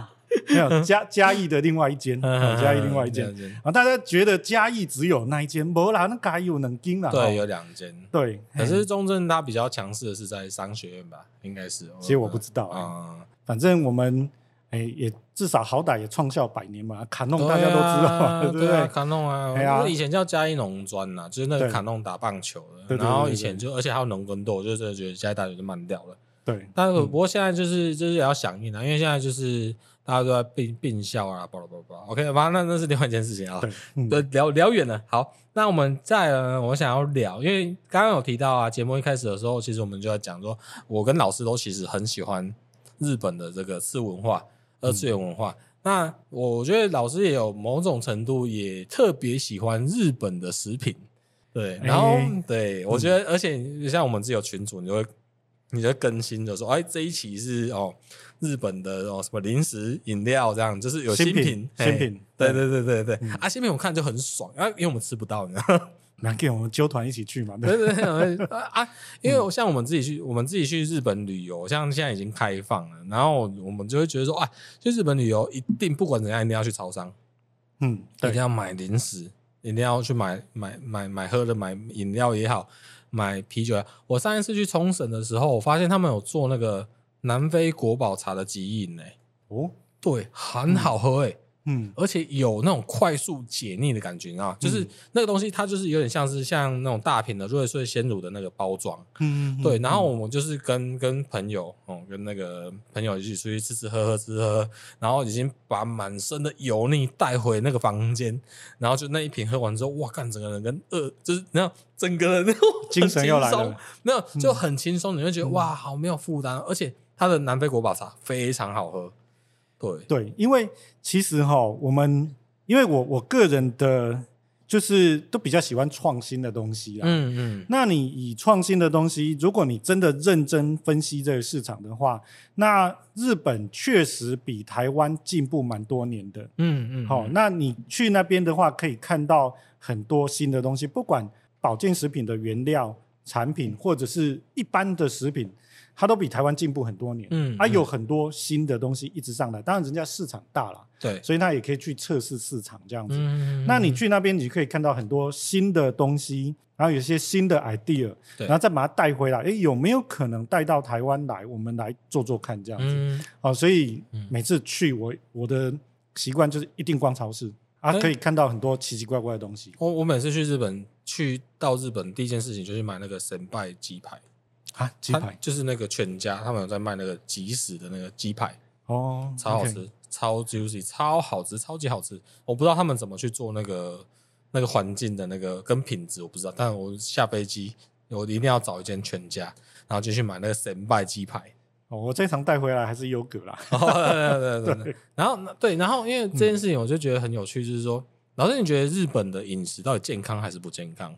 B: 有嘉嘉义的另外一
A: 嗯
B: 间，哦嘉义另外一间
A: 两间，
B: 啊，大家觉得嘉义只有那一间，没啦，那嘉义有两间啦。
A: 对，
B: 哦
A: 有两间。
B: 对，
A: 可是中正它比较强势的是在商学院吧，应该是。
B: 其实我不知道啊。
A: 啊，
B: 反正我们哎、也至少好歹也创校百年嘛，卡弄
A: 对
B: 大家都知道嘛，
A: 啊
B: 对不
A: 对啊，卡弄啊，
B: 哎呀
A: 我以前叫嘉义农专呐，就是那个
B: 对
A: 卡弄打棒球的，
B: 对对对
A: 然后
B: 对
A: 以
B: 对
A: 前就而且还有农耕斗，我就真的觉得嘉义大学就慢掉了。
B: 对
A: 但是不过现在就是就是也要响应啊，因为现在就是大家都在并并校啊，巴拉巴拉巴拉。OK，反正那那是另外一件事情啊。
B: 对，嗯，
A: 对，聊聊远了。好，那我们再呢，我想要聊，因为刚刚有提到啊，节目一开始的时候，其实我们就在讲说，我跟老师都其实很喜欢日本的这个次文化、二次元文化。
B: 嗯
A: 那我觉得老师也有某种程度也特别喜欢日本的食品，对。然后、
B: 哎
A: 对我觉得，而且像我们自己有群组，你就会你就会更新的说，哎，这一期是哦日本的哦什么零食饮料这样，就是有
B: 新
A: 新
B: 品
A: 品
B: 新
A: 嘿
B: 品
A: 对
B: 对
A: 对对对对对，啊，新品我看就很爽，啊，因为我们吃不到，你知道吗？
B: 那跟我们纠团一起去嘛，对
A: 对对 对啊啊，因为我像我们自己去，我们自己去日本旅游，像现在已经开放了，然后我们就会觉得说，啊，去日本旅游一定不管怎样，一定要去超商，
B: 嗯，
A: 一定
B: 对
A: 要买零食，一定要去买买买买喝的，买饮料也好，买啤酒也好。我上一次去冲绳的时候，我发现他们有做那个南非国宝茶的极饮呢、
B: 哦，
A: 对，很好喝诶、欸
B: 嗯
A: 而且有那种快速解腻的感觉，你知道吗？就是那个东西，它就是有点像是像那种大瓶的瑞穗鲜乳的那个包装，
B: 嗯，
A: 对。
B: 嗯
A: 然后我们就是跟跟朋友，哦、跟那个朋友一起出去吃吃喝喝吃吃喝喝，然后已经把满身的油腻带回那个房间，然后就那一瓶喝完之后，哇，干，整个人跟饿，就是那样，整个人很
B: 精神又来
A: 轻松
B: 了，，
A: 没有就很轻松，你会觉得哇，好没有负担，而且它的南非国宝茶非常好喝，对，
B: 对，因为其实哈，我们因为我我个人的就是都比较喜欢创新的东西啦，
A: 嗯嗯。
B: 那你以创新的东西，如果你真的认真分析这个市场的话，那日本确实比台湾进步蛮多年的。
A: 嗯嗯，
B: 好、那你去那边的话，可以看到很多新的东西，不管保健食品的原料、产
A: 嗯
B: 品，或者是一般的食品，它都比台湾进步很多年。
A: 嗯
B: 啊，有很多新的东西一直上来，当然人家市场大了，
A: 对，
B: 所以它也可以去测试市场这样子。
A: 嗯
B: 那你去那边，你可以看到很多新的东西，然后有些新的 idea，
A: 对
B: 然后再把它带回来。诶，有没有可能带到台湾来，我们来做做看这样子？
A: 嗯，
B: 哦，所以
A: 嗯
B: 每次去我我的习惯就是一定逛超市啊，
A: 哎
B: 可以看到很多奇奇怪怪的东西。
A: 我我每次去日本，去到日本第一件事情就是买那个神拜鸡排，
B: 啊，鸡
A: 它
B: 排
A: 就是那个全家他们有在卖那个即食的那个鸡排，
B: 哦，
A: 超好
B: OK
A: 吃，超 juicy，超好吃，超级好吃。我不知道他们怎么去做那个那个环境的那个跟品质，我不知道。但我下飞机，我一定要找一间全家，然后就去买那个神拜鸡排。
B: 哦，我这一场带回来还是优格啦。
A: 哦，对对对 对。然后对，然后因为这件
B: 嗯
A: 事情，我就觉得很有趣，就是说，老师，你觉得日本的饮食到底健康还是不健康？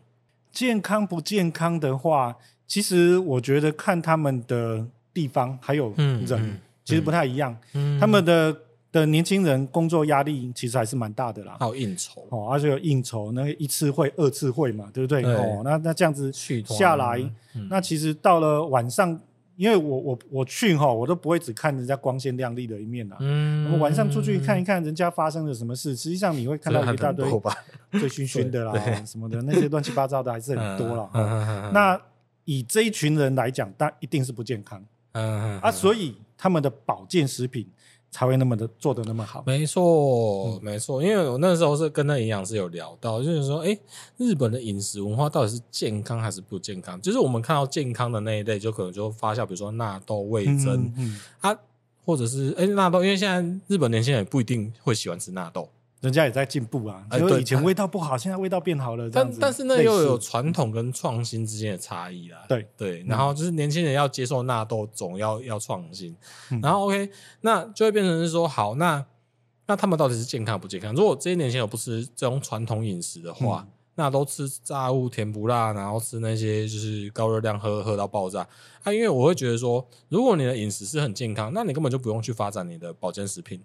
B: 健康不健康的话，其实我觉得看他们的地方还有
A: 嗯
B: 人，
A: 嗯
B: 其实不太一样。
A: 嗯
B: 他们的的年轻人工作压力其实还是蛮大的啦。
A: 还有应酬，
B: 哦，而且有应酬，那个一次会、二次会嘛，对不对？
A: 对
B: 哦，那那这样子
A: 续团
B: 下来，
A: 嗯
B: 那其实到了晚上，因为我我我去哈、我都不会只看人家光鲜亮丽的一面啦。啊我
A: 嗯
B: 们晚上出去看一看人家发生了什么事，实际上你会看到一大
A: 这个还
B: 堆
A: 很多吧，
B: 醉醺醺的啦、
A: 对
B: 哦什么的，那些乱七八糟的还是很多了。
A: 嗯
B: 哦
A: 嗯嗯嗯
B: 那以这一群人来讲，但一定是不健康
A: 嗯嗯
B: 啊，所以他们的保健食品才会那么的做的那么好。
A: 没错，没错，因为我那时候是跟那营养师有聊到，就是说，哎，日本的饮食文化到底是健康还是不健康？就是我们看到健康的那一类，就可能就发酵，比如说纳豆、味增
B: 嗯嗯，
A: 啊，或者是哎纳豆，因为现在日本年轻人也不一定会喜欢吃纳豆，
B: 人家也在进步啊，
A: 哎
B: 因为
A: 对
B: 以前味道不好，现在味道变好了，这样
A: 但
B: 子
A: 但是那又有
B: 类似
A: 传统跟创新之间的差异啦。
B: 对嗯
A: 对，然后就是年轻人要接受纳豆，总要要创新。
B: 嗯
A: 然后 OK，那就会变成是说，好，那那他们到底是健康不健康？如果这些年轻人不吃这种传统饮食的话，
B: 嗯
A: 那都吃炸物、甜不辣，然后吃那些就是高热量喝喝到爆炸。啊，因为我会觉得说，如果你的饮食是很健康，那你根本就不用去发展你的保健食品。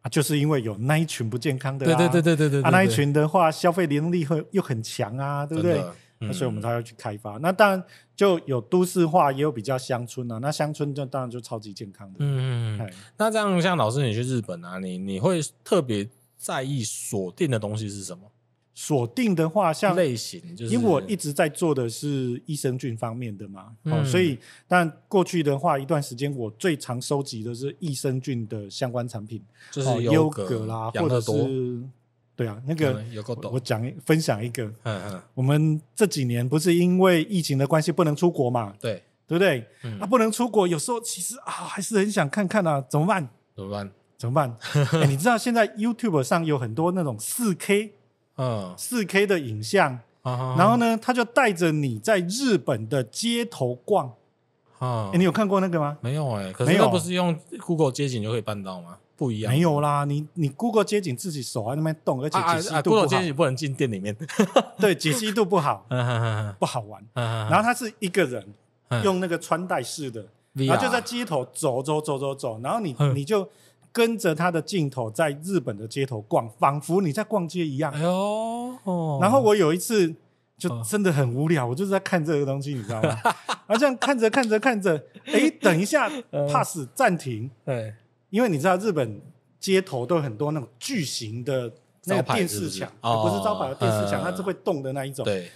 B: 啊，就是因为有那一群不健康的、
A: 对
B: 啊，
A: 对对对对对，
B: 啊，那一
A: 对
B: 群的话，消费能力会又很强啊，对不
A: 真
B: 对？
A: 的
B: 那
A: 嗯
B: 所以我们才要去开发。那当然就有都市化，也有比较乡村啊。那乡村就当然就超级健康的。
A: 嗯嗯嗯
B: 哎，
A: 那这样，像老师你去日本啊，你你会特别在意锁定的东西是什么？
B: 锁定的话，像
A: 类型就是，
B: 因为我一直在做的是益生菌方面的嘛，哦，
A: 嗯
B: 所以但过去的话，一段时间我最常收集的是益生菌的相关产品，
A: 就是
B: 哦，
A: 优
B: 优格啦，
A: 养
B: 或
A: 乐
B: 者
A: 多，
B: 是对啊，那个
A: 有够
B: 我
A: 多
B: 我，讲分享一个，
A: 嗯嗯，
B: 我们这几年不是因为疫情的关系不能出国嘛，
A: 对，
B: 对不对？
A: 嗯
B: 啊，不能出国，有时候其实啊还是很想看看啊，怎么办？
A: 怎么办？
B: 怎 么办？哎你知道现在 YouTube 上有很多那种四 K
A: 嗯，
B: 四 K 的影像，
A: 然
B: 然后呢，他就带着你在日本的街头逛。
A: 啊
B: 哎，你有看过那个吗？
A: 没有哎，可
B: 没
A: 是
B: 有
A: 那不是用 Google 街景就可以办到吗？不一样，
B: 没有啦，你你 Google 街景自己手在那边动，而且
A: 啊啊
B: 解析
A: 啊
B: 度
A: ！Google
B: 不好
A: 街，景不能进店里面，
B: 对，解析度不好，
A: 嗯嗯
B: 不好玩。
A: 嗯，
B: 然后他是一个人
A: 嗯
B: 用那个穿戴式的，
A: VR
B: 然后就在街头走走走走走，然后你、
A: 嗯
B: 你就跟着他的镜头在日本的街头逛，仿佛你在逛街一样。
A: 哎呦，哦
B: 然后我有一次就
A: 嗯
B: 真的很无聊，我就是在看这个东西，你知道 吗？然后这样看着看着看着，哎，等一下
A: 嗯
B: pass 暂停，
A: 对，
B: 因为你知道日本街头都有很多那种巨型的。那个
A: 招牌
B: 电
A: 是不
B: 视
A: 是
B: 墙呃
A: 哦
B: 不是招牌，电视墙，
A: 嗯
B: 它是会动的那一种。
A: 对，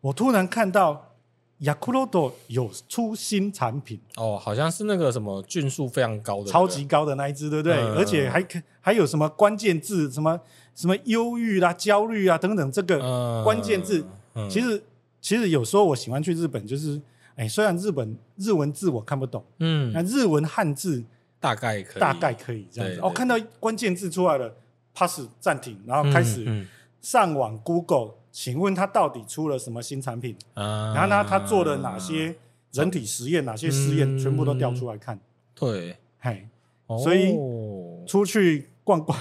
B: 我突然看到雅库罗多有出新产品，
A: 哦，好像是那个什么菌数非常高的，
B: 超级高的那一只，对不对？
A: 嗯
B: 而且还可还有什么关键字，什么什么忧郁啦、焦虑啊等等，这个、
A: 嗯
B: 关键字，
A: 嗯
B: 其实其实有时候我喜欢去日本，就是哎，虽然日本日文字我看不懂，
A: 嗯
B: 那日文汉字
A: 大概可以
B: 大概可以这样子。
A: 对
B: 哦，
A: 对
B: 看到关键字出来了，pass 暂停，然后开始
A: 嗯
B: 上网 Google，请问它到底出了什么新产品？
A: 嗯
B: 然后呢，它做了哪些人体实验，哪些实验
A: 嗯
B: 全部都调出来看。
A: 对，
B: 嘿，
A: 哦
B: 所以出去逛 逛，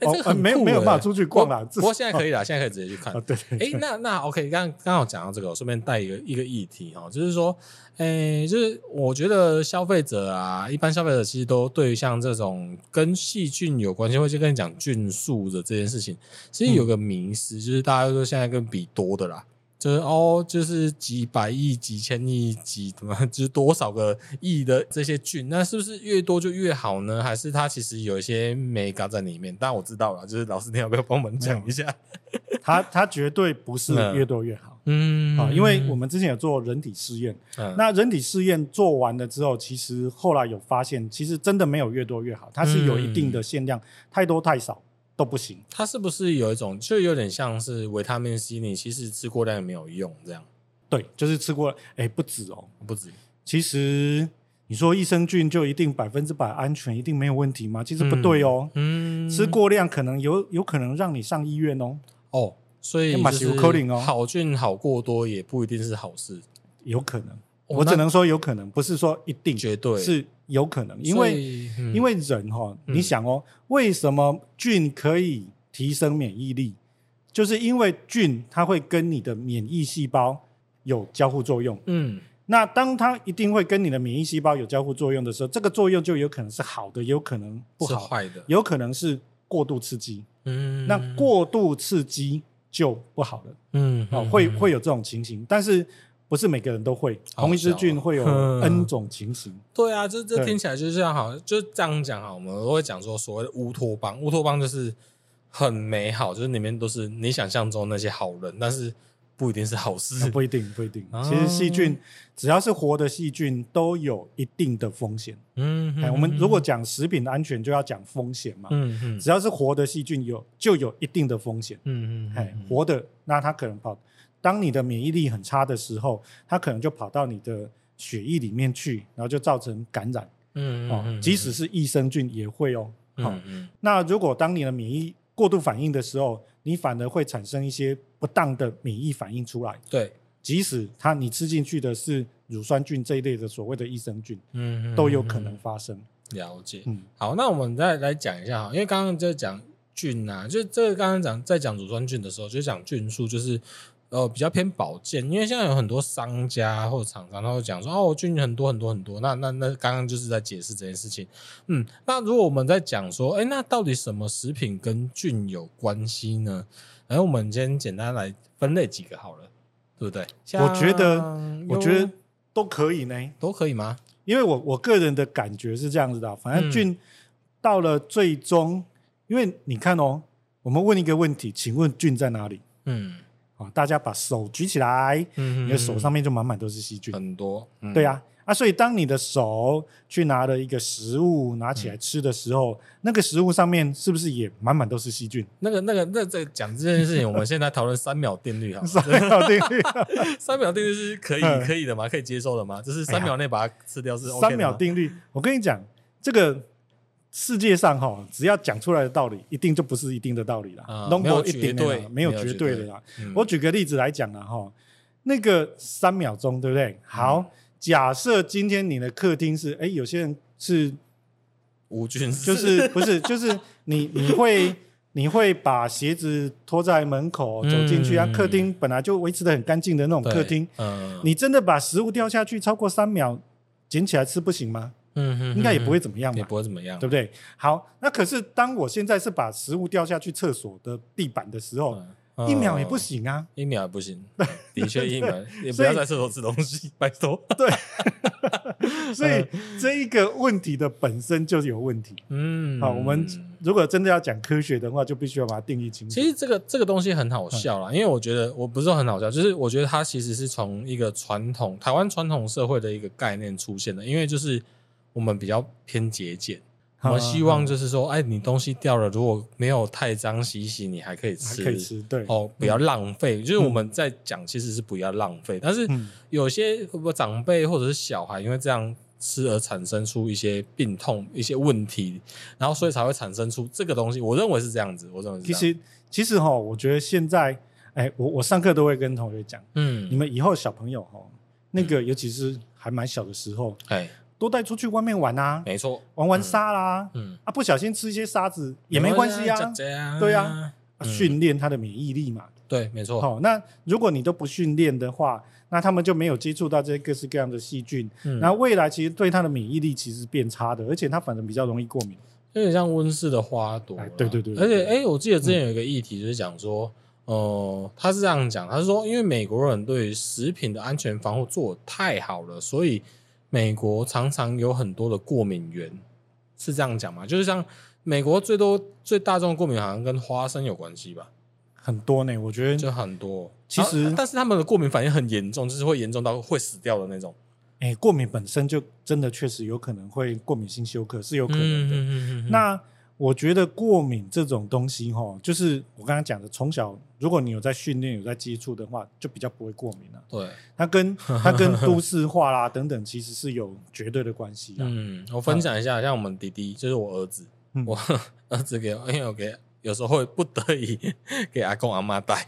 A: 哎
B: 哦
A: 这个很
B: 呃没有
A: 酷
B: 没有
A: 哎
B: 办法出去逛啦
A: 不过
B: 这
A: 不过现在可以 啦，现在可以直接去看
B: 啊，。对，对
A: 哎，那那 OK，刚刚好讲到这个，我顺便带一个一个议题哈、哦，就是说，哎，就是我觉得消费者啊，一般消费者其实都对于像这种跟细菌有关系，或者跟你讲菌素的这件事情，其实有个迷思，就是大家都说现在跟比多的啦。就是哦，就是几百亿、几千亿、几怎么，就是多少个亿的这些菌，那是不是越多就越好呢？还是它其实有一些美感在里面？当然我知道了，就是老师，你要不要帮我们讲一下？
B: 它它绝对不是
A: 嗯
B: 越多越好
A: 嗯
B: 啊，因为我们之前有做人体试验，
A: 嗯
B: 那人体试验做完了之后，其实后来有发现，其实真的没有越多越好，它是有一定
A: 嗯
B: 的限量，太多太少都不行。
A: 它是不是有一种，就有点像是维他命 C，你其实吃过量也没有用，这样
B: 对，就是吃过，哎，不止哦。
A: 不止
B: 其实你说益生菌就一定百分之百安全，一定没有问题吗？其实不对哦。
A: 嗯
B: 吃过量可能有有可能让你上医院哦，
A: 哦，所以
B: 哎
A: 就
B: 嘛是有可
A: 是
B: 能哦
A: 好菌好过多也不一定是好事，
B: 有可能。
A: 哦
B: 我只
A: 那
B: 能说有可能，不是说一定，
A: 绝对
B: 是有可能，因为因
A: 为
B: 为人哈、
A: 嗯
B: 你想哦，为什么菌可以提升免疫力？就是因为菌它会跟你的免疫细胞有交互作用。
A: 嗯
B: 那当它一定会跟你的免疫细胞有交互作用的时候，这个作用就有可能是好的，也有可能不
A: 是
B: 好，
A: 坏的，
B: 有可能是过度刺激。
A: 嗯
B: 那过度刺激就不好了。
A: 嗯
B: 哦，
A: 嗯
B: 会
A: 嗯
B: 会有这种情形，但是不是每个人都会，
A: 好
B: 同一只
A: 笑啊
B: 菌会有
A: 嗯
B: N 种情形。
A: 对啊，这这
B: 对
A: 听起来就像好像就这样讲哈，我们都会讲说所谓的乌托邦，乌托邦就是很美好，就是里面都是你想象中那些好人，但是不一定是好事
B: 啊，不一定，不一定。
A: 哦
B: 其实细菌只要是活的细菌，都有一定的风险。
A: 嗯
B: 哎，我们如果讲食品安全，就要讲风险嘛。
A: 嗯嗯
B: 只要是活的细菌有，就有一定的风险。
A: 嗯嗯
B: 哎，活的，那它可能跑。当你的免疫力很差的时候，它可能就跑到你的血液里面去，然后就造成感染
A: 嗯
B: 哦。即使是益生菌也会哦。好、
A: 嗯嗯
B: 那如果当你的免疫过度反应的时候，你反而会产生一些不当的免疫反应出来。
A: 对，
B: 即使它你吃进去的是乳酸菌这一类的所谓的益生菌，
A: 嗯
B: 都有可能发生。
A: 了解。
B: 嗯，
A: 好，那我们再来讲一下哈，因为刚刚在讲菌啊，就这个刚刚讲在讲乳酸菌的时候，就讲菌素，就是呃比较偏保健，因为现在有很多商家或者厂商他会讲说哦菌很多很多很多，那那那刚刚就是在解释这件事情。嗯，那如果我们在讲说，哎，那到底什么食品跟菌有关系呢？然后我们先简单来分类几个好了，对不对？
B: 我觉得
A: 像
B: 我觉得都可以呢，
A: 都可以吗？
B: 因为我我个人的感觉是这样子的啊，反
A: 嗯
B: 正菌到了最终，因为你看哦，我们问一个问题，请问菌在哪里？
A: 嗯
B: 啊，大家把手举起来，
A: 嗯，
B: 你的手上面就满满都是细菌。
A: 很多，嗯
B: 对啊，啊，所以当你的手去拿了一个食物拿起来吃的时候，那个食物上面是不是也满满都是细菌？
A: 那个、那个、那这讲这件事情，我们现在讨论三秒定律好了。
B: 对。
A: 三秒定律是可以、
B: 嗯哎
A: 可以的吗？可以接受的吗？就是三秒内把它吃掉是 OK
B: 三秒
A: 定
B: 定律，我跟你讲，这个世界上哈，只要讲出来的道理，一定就不是一定的道理啦
A: 啊，
B: 都
A: 没有
B: 一定的啦
A: 绝对
B: 没有
A: 没有
B: 绝
A: 绝
B: 对的
A: 对
B: 啦。
A: 嗯
B: 我举个例子来讲啦，哈，那个三秒钟，对不对？
A: 嗯
B: 好，假设今天你的客厅是，哎，有些人是
A: 无菌
B: 就
A: 室
B: 是不是就是你你会。你会把鞋子拖在门口走进去啊？
A: 嗯
B: 客厅本来就维持的很干净的那种
A: 对
B: 客厅，
A: 嗯，
B: 你真的把食物掉下去超过三秒，捡起来吃不行吗？
A: 嗯嗯
B: 应该也不会怎么样
A: 也
B: 吧？
A: 不会怎么样
B: 对。不对？好，那可是当我现在是把食物掉下去厕所的地板的时候，
A: 嗯嗯
B: 一秒也不行啊。
A: 一秒也不 行，的确一秒也不要在厕所吃东西，拜 托。哦
B: 所以这一个问题的本身就是有问题。
A: 嗯，
B: 好，我们如果真的要讲科学的话，就必须要把它定义清楚。
A: 其实这个这个东西很好笑
B: 嗯
A: 啦，因为我觉得我不是说很好笑，就是我觉得它其实是从一个传统台湾传统社会的一个概念出现的，因为就是我们比较偏节俭，
B: 啊
A: 我们希
B: 嗯
A: 望就是说，哎，你东西掉了，如果没有太脏兮兮，你还可以
B: 还
A: 吃，
B: 可以吃，嗯对，
A: 哦，不要浪费。就是我们在讲，其实是不要浪费，但是
B: 嗯
A: 有些会不会长辈或者是小孩，因为这样吃而产生出一些病痛、一些问题，然后所以才会产生出这个东西。我认为是这样子，我认为是
B: 其
A: 这样。
B: 实其实哈，我觉得现在，哎，我我上课都会跟同学讲，你
A: 嗯，
B: 们以后小朋友哈，那个尤其是还蛮小的时候，
A: 哎，
B: 多带出去外面玩啊，
A: 没错，
B: 玩玩沙啦，
A: 嗯，
B: 啊，不小心吃一些沙子也没关系啊，
A: 这样
B: 对
A: 啊
B: 啊，
A: 嗯
B: 训练他的免疫力嘛。
A: 对，没错，
B: 好、那如果你都不训练的话，那他们就没有接触到这些各式各样的细菌，
A: 嗯
B: 然后未来其实对他的免疫力其实变差的，而且他反而比较容易过敏。
A: 有点像温室的花朵啦
B: 哎。对对对对嗯
A: 而且哎、我记得之前有一个议题就是讲说，呃，他是这样讲，他是说因为美国人对于食品的安全防护做得太好了，所以美国常常有很多的过敏源，是这样讲吗？就是像美国最多最大众的过敏好像跟花生有关系吧，
B: 很多呢，我觉得，
A: 就很多。
B: 其实
A: 然后但是他们的过敏反应很严重，就是会严重到会死掉的那种。
B: 哎，过敏本身就真的确实有可能会过敏性休克，是有可能的。
A: 嗯嗯
B: 那我觉得过敏这种东西，哈，就是我刚刚讲的，从小如果你有在训练、有在接触的话，就比较不会过敏啊了、
A: 对，
B: 它跟它跟都市化啦等等，其实是有绝对的关系啦。
A: 嗯，我分享一下，像我们弟弟，就是我儿子，
B: 嗯
A: 我儿子给，因为我给有时候会不得已 给阿公阿妈带。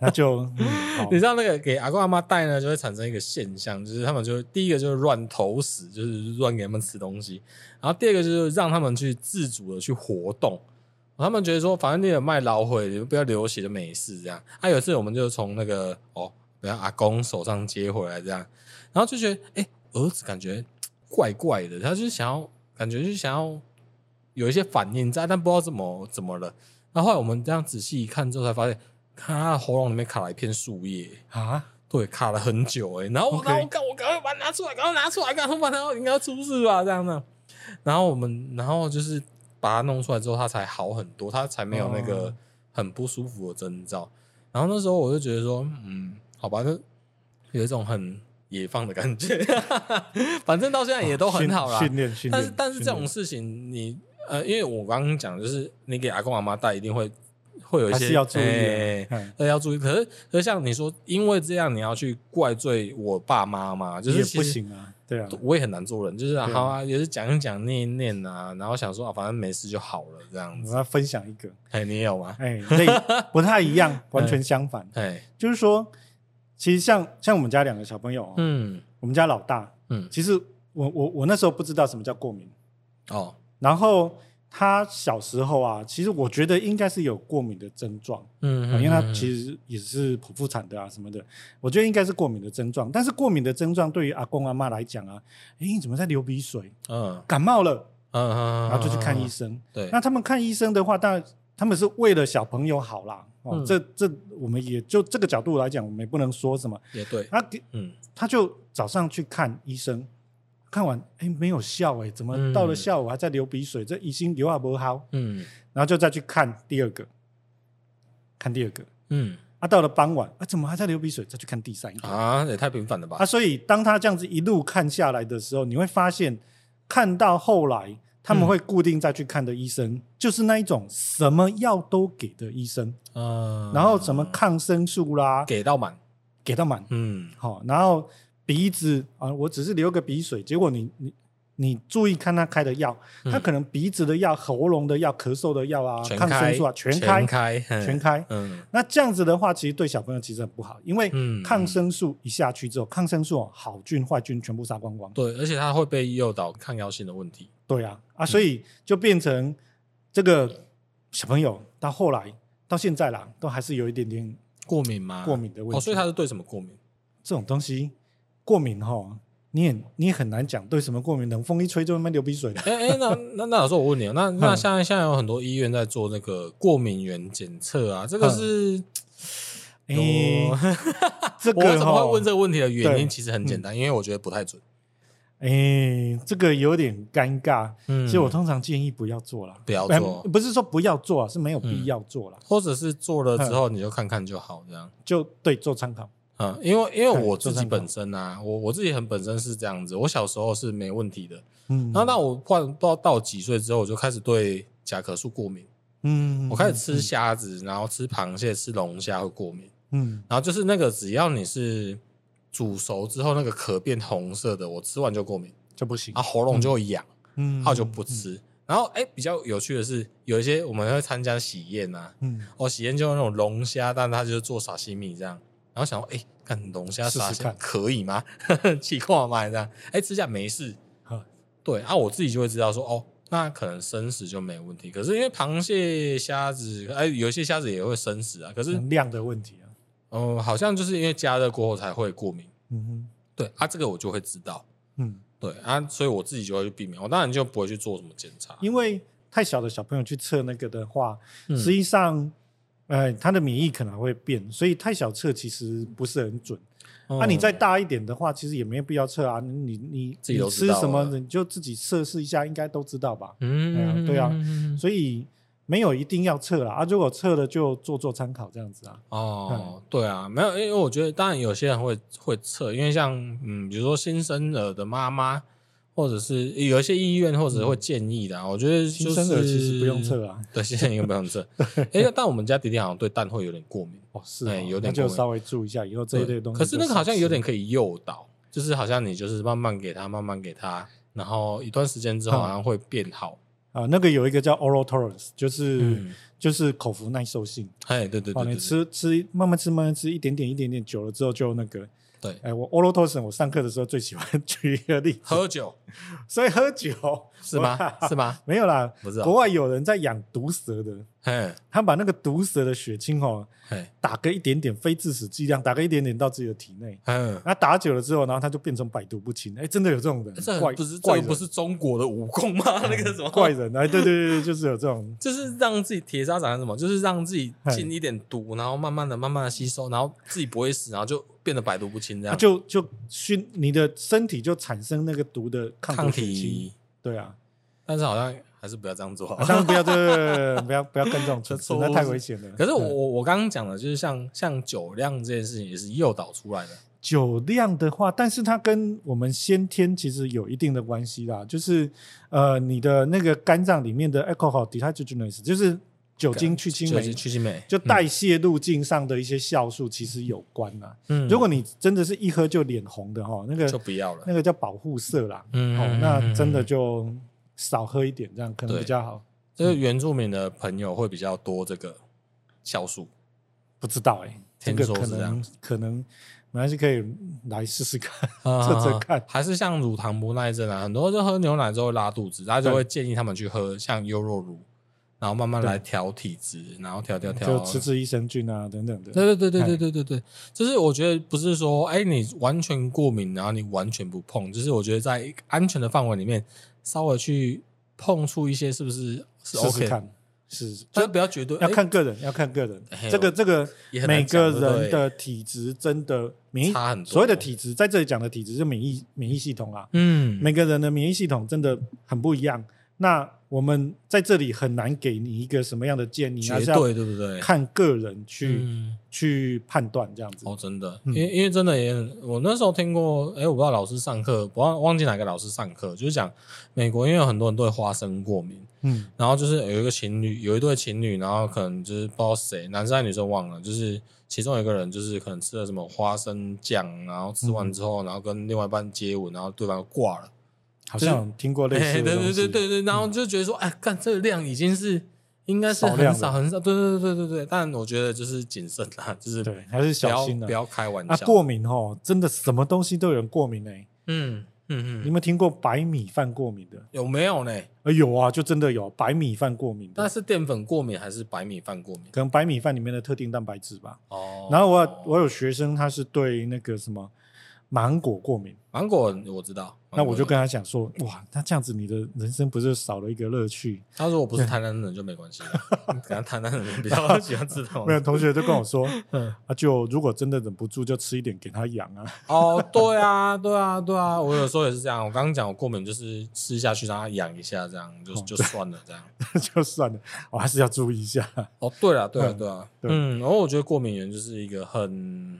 B: 那就、嗯、好
A: 你知道那个给阿公阿妈带呢，就会产生一个现象，就是他们就会第一个就是乱投食，就是乱给他们吃东西，然后第二个就是让他们去自主的去活动。他们觉得说，反正你有卖老虎，你就不要流血就没事这样。啊，有一次我们就从那个哦，不要阿公手上接回来这样，然后就觉得，哎、儿子感觉怪怪的，他就是想要，感觉就是想要有一些反应在，但不知道怎么怎么了。然后后来我们这样仔细一看之后，才发现，看他的喉咙里面卡了一片树叶，
B: 啊，
A: 对，卡了很久哎、然后我
B: OK
A: 然后我赶我赶快把它拿出来，赶快拿出来，赶快把它应该要出事吧这样的。然后我们然后就是把它弄出来之后，它才好很多，它才没有那个
B: 哦
A: 很不舒服的征兆。然后那时候我就觉得说，嗯，好吧，就有一种很野放的感觉， 反正到现在 也都很好啦。
B: 哦训训练训练。
A: 但是但是这种
B: 训
A: 事情你，呃，因为我刚刚讲，就是你给阿公阿妈带，一定会会有一
B: 练还
A: 些
B: 是要注意的、
A: 哎
B: 嗯
A: 对要注意。可是可是像你说，因为这样你要去怪罪我爸妈嘛，就是
B: 也
A: 其
B: 不
A: 实
B: 行啊，对啊，
A: 我也很难做人，就是啊
B: 对啊
A: 好啊，也是讲一讲念一念啊，然后想说啊，反正没事就好了这样子。
B: 我要分享一个，
A: 哎，你有吗？
B: 哎， 类不太一样，完全相反，
A: 哎，
B: 就是说，其实像像我们家两个小朋友、哦，
A: 嗯
B: 我们家老大，
A: 嗯，
B: 其实我我我那时候不知道什么叫过敏，
A: 哦，
B: 然后他小时候啊，其实我觉得应该是有过敏的症状，
A: 嗯，
B: 因为他
A: 嗯
B: 其实也是剖腹产的啊什么的，我觉得应该是过敏的症状。但是过敏的症状对于阿公阿妈来讲啊，诶，你怎么在流鼻水？
A: 嗯
B: 感冒了，
A: 嗯嗯，
B: 然后就去看医
A: 生。
B: 生。
A: 对，
B: 那他们看医生的话，当然他们是为了小朋友好啦。哦，
A: 嗯
B: 这这我们也就这个角度来讲，我们也不能说什么。
A: 也对，
B: 他
A: 嗯
B: 他就早上去看医生，看完哎没有效哎，
A: 嗯
B: 怎么到了下午还在流鼻水？这疑心流啊不好，
A: 嗯
B: 然后就再去看第二个，看第二个
A: 嗯
B: 啊，到了傍晚啊，怎么还在流鼻水？再去看第三个啊
A: 啊，也太频繁了吧？
B: 所以当他这样子一路看下来的时候，你会发现，看到后来他
A: 嗯
B: 们会固定再去看的医生，就是那一种什么药都给的医生，
A: 嗯，
B: 然后什么抗生素啦，给
A: 给到满，
B: 给到满。
A: 嗯
B: 好、然后鼻子啊，我只是流个鼻水，结果你你你注意看他开的药，
A: 嗯
B: 他可能鼻子的药、喉咙的药、咳嗽的药啊，
A: 全
B: 抗
A: 开
B: 生素啊，全开
A: 全开，
B: 全
A: 全，
B: 开。
A: 嗯
B: 那这样子的话，其实对小朋友其实很不好，因为
A: 嗯，
B: 抗生素一下去之后，抗生素哦好菌坏菌全部杀光光。
A: 对，而且它会被诱导抗药性的问题，
B: 对啊，啊，
A: 嗯
B: 所以就变成这个小朋友到后来到现在啦，都还是有一点点
A: 过敏吗？
B: 过敏的问题。
A: 哦，所以它是对什么过敏？
B: 这种东西过敏哈，你也你也很难讲对什么过敏，冷风一吹就慢慢流鼻水 了。
A: 哎哎，那那那老师，我问 你哦，那那现在现在有很多医院在做那个过敏原检测啊，这个
B: 嗯
A: 是
B: 诶，
A: 我
B: 哎这
A: 我为
B: 个
A: 什么
B: 哈
A: 会，问这个问题的原因
B: 对嗯
A: 其实很简单，因为我觉得不太准。
B: 诶，哎这个有点尴尬，
A: 嗯，
B: 所以我通常建议不要做啦。
A: 不要
B: 哎
A: 做，嗯
B: 不是说不要做啊，是没有必要做啦。
A: 或者是做了之
B: 嗯
A: 后你就看看就好，这样。
B: 就对做参考。
A: 嗯，因为因为
B: 对
A: 我自
B: 做
A: 己
B: 参考
A: 本身啊，我我自己很本身是这样子，我小时候是没问题的，
B: 嗯，
A: 然后到我换到到几岁之后，我就开始对甲壳素过敏，
B: 嗯，
A: 我开始吃虾子，然后吃螃蟹、吃龙虾会过敏，
B: 嗯，
A: 然后就是那个只要你是煮熟之后那个壳变红色的，我吃完就过敏，
B: 就不行
A: 然，后喉咙就会痒，
B: 嗯，
A: 然后就不吃。然后哎，比较有趣的是，有一些我们会参加喜宴啊，
B: 嗯，
A: 哦，喜宴就那种龙虾，但他就是做沙西米这样。然后想说，哎、看龙虾
B: 试
A: 沙
B: 试
A: 西
B: 看
A: 可以吗？ 奇怪嘛这样，哎、吃起来没事
B: 呵。
A: 对啊，我自己就会知道说，哦，那可能生食就没问题。可是因为螃蟹、虾子，哎、有些虾子也会生食啊。可是，
B: 能量的问题啊，
A: 嗯、好像就是因为加热过后才会过敏。
B: 嗯
A: 对啊，这个我就会知道。
B: 哼，嗯，
A: 对啊，所以我自己就会去避免，我当然就不会去做什么检查。
B: 因为太小的小朋友去测那个的话，
A: 嗯
B: 实际上。呃，他的免疫可能会变，所以太小测其实不是很准。那、
A: 那、
B: 啊你再大一点的话，其实也没必要测啊。你你你
A: 自己
B: 你
A: 都知
B: 吃
A: 道
B: 什么，
A: 了
B: 你就自己测试一下，应该都知道吧。
A: 嗯，
B: 对啊所以没有一定要测啦，啊，如果测了就做做参考这样子啊。
A: 哦，对啊，没有，因为我觉得当然有些人会会测，因为像嗯，比如说新生儿的妈妈，或者是有一些医院或者会建议的啊、我觉得、就是、
B: 嗯新生儿其实不用，测啊。
A: 对，新生儿不用 测。哎，但我们家弟弟好像对蛋会有点过敏，
B: 哦，是
A: 哎
B: 哦
A: 有点
B: 那就
A: 过敏
B: 稍微注意一下，以后这一类东西。
A: 可是那个好像有点，可以诱导，就是好像你就是慢慢给他，慢慢给他，然后一段时间之后
B: 嗯
A: 好像会变好。
B: 啊、那个有一个叫 oral tolerance，就是、
A: 嗯，
B: 就是口服耐受性。
A: 哎，对对
B: 哦，
A: 对对对，
B: 你吃吃慢慢吃慢慢吃，一点点一点点，久了之后就那个。
A: 对
B: 哎，我 oral tolerance，我上课的时候最喜欢举一个例子，
A: 喝酒
B: 所以喝酒
A: 是吗？是吗？
B: 没有啦，
A: 不是啊
B: 国外有人在养毒蛇的，
A: 嘿，
B: 他把那个毒蛇的血清哦，
A: 嘿，
B: 打个一点点非致死剂量，打个一点点到自己的体内。
A: 嗯。
B: 那打久了之后，然后他就变成百毒不侵。哎，真的有这种人，
A: 这
B: 怪
A: 很不是
B: 怪
A: 这
B: 人
A: 不是中国的武 功吗？ 那个什么
B: 怪人哎，对对对，就是有这种，
A: 就是让自己铁砂掌还是什么，就是让自己进一点毒，然后慢慢的、慢慢的吸收，然后自己不会死，然后就变得百毒不侵这
B: 啊、
A: 样。
B: 就就熏你的身体就产生那个毒的抗
A: 抗
B: 毒血清，
A: 体，
B: 对啊，
A: 但是好像还是不要这样做好
B: 啊。当然不要对对对对对不要不要干这种 蠢事
A: 错，误
B: 那太危险了。
A: 可是我
B: 嗯
A: 我我刚刚讲的，就是像像酒量这件事情也是诱导出来的。
B: 酒量的话，但是它跟我们先天其实有一定的关系啦，就是呃，你的那个肝脏里面的 alcohol dehydrogenase，就是酒精去氢
A: 就是
B: 酶。
A: 去嗯青梅，
B: 就代谢路径上的一些酵素其实有关啦。
A: 嗯
B: 如果你真的是一喝就脸红的哈，那个
A: 就不要了。
B: 那个叫保护色啦。
A: 嗯
B: 哦，那真的就少喝一点，这样可能
A: 对
B: 比较好。
A: 就是原住民的朋友会比较多这个酵 素。
B: 不知道哎、欸，这
A: 听
B: 个
A: 说
B: 可
A: 是这
B: 能
A: 样
B: 可能没关系，可以来试试 看。
A: 啊
B: 测测看
A: 还是像乳糖不耐症啊，很多就喝牛奶之后拉肚子，他就会建议他们去喝像优酪乳，然后慢慢来调体质，然后调调调
B: 嗯就。吃吃益生菌啊等等的。
A: 对对对对对对对对，就是我觉得不是说哎你完全过敏，然后你完全不碰，就是我觉得在安全的范围里面，稍微去碰触一些是不是是
B: 试
A: OK，
B: 试看，是啊
A: 就是不要绝对
B: 要
A: 哎
B: 看个人，要看个人
A: 哎。
B: 这个这个
A: 也很难
B: 每个
A: 讲对不
B: 人
A: 对
B: 的体质真的免疫
A: 差很多
B: 所谓的体质，在这里讲的体质是免疫免疫系统啊，
A: 嗯
B: 每个人的免疫系统真的很不一样。那我们在这里很难给你一个什么样的建议，你还
A: 绝
B: 是要
A: 对对不对？
B: 看个人去
A: 嗯。
B: 去嗯判断这样子。
A: 哦，真的，因为因为真的也很，我那时候听过，哎、我不知道老师上课，不忘忘记哪个老师上课，就是讲美国，因为有很多人对花生过敏，
B: 嗯
A: 然后就是有一个情侣，有一对情侣，然后可能就是不知道谁，男生还是女生忘了，就是其中有一个人就是可能吃了什么花生酱，然后吃完之后，然后跟另外一半接吻，然后对方挂了，
B: 好像有听过类
A: 哎、对
B: 似的
A: 对
B: 东
A: 对
B: 西。
A: 对对，然后就觉得说，哎、干这个量已经是。应该是
B: 少量
A: 很
B: 了
A: 少很少，对对对对对对，但我觉得就是谨慎啦， 就是
B: 对，还是
A: 不
B: 小
A: 要
B: 心的
A: 不。要开玩
B: 啊，
A: 笑。
B: 过敏哦，真的什么东西都有人过敏哎、
A: 嗯嗯
B: 你有
A: 嗯，
B: 没有听过白米饭过敏的？
A: 有没有呢？
B: 呃，有啊，就真的有白米饭过敏
A: 那
B: 的，
A: 是淀粉过敏还是白米饭过敏？
B: 可能白米饭里面的特定蛋白质吧。
A: 哦，
B: 然后我有我有学生他是对那个什么芒果过敏，
A: 芒果我知道，
B: 那我就跟他讲说，哇，那这样子你的人生不是少了一个乐趣？
A: 他说我不是台南人就没关 系啦，可能台南人比较喜欢吃这种
B: 没有同学就跟我说，
A: 哦 嗯
B: 啊，就如果真的忍不住，就吃一点给他养啊。
A: 哦，对啊，对啊，对啊，我有时候也是这样。我刚刚讲，我过敏就是吃下去让它痒一下，这样就
B: 哦
A: 就算了，这样。
B: 就算了，我还是要注意一下，
A: 哦，对了，对了，
B: 嗯
A: 对了，
B: 对
A: 嗯，然后我觉得过敏源就是一个很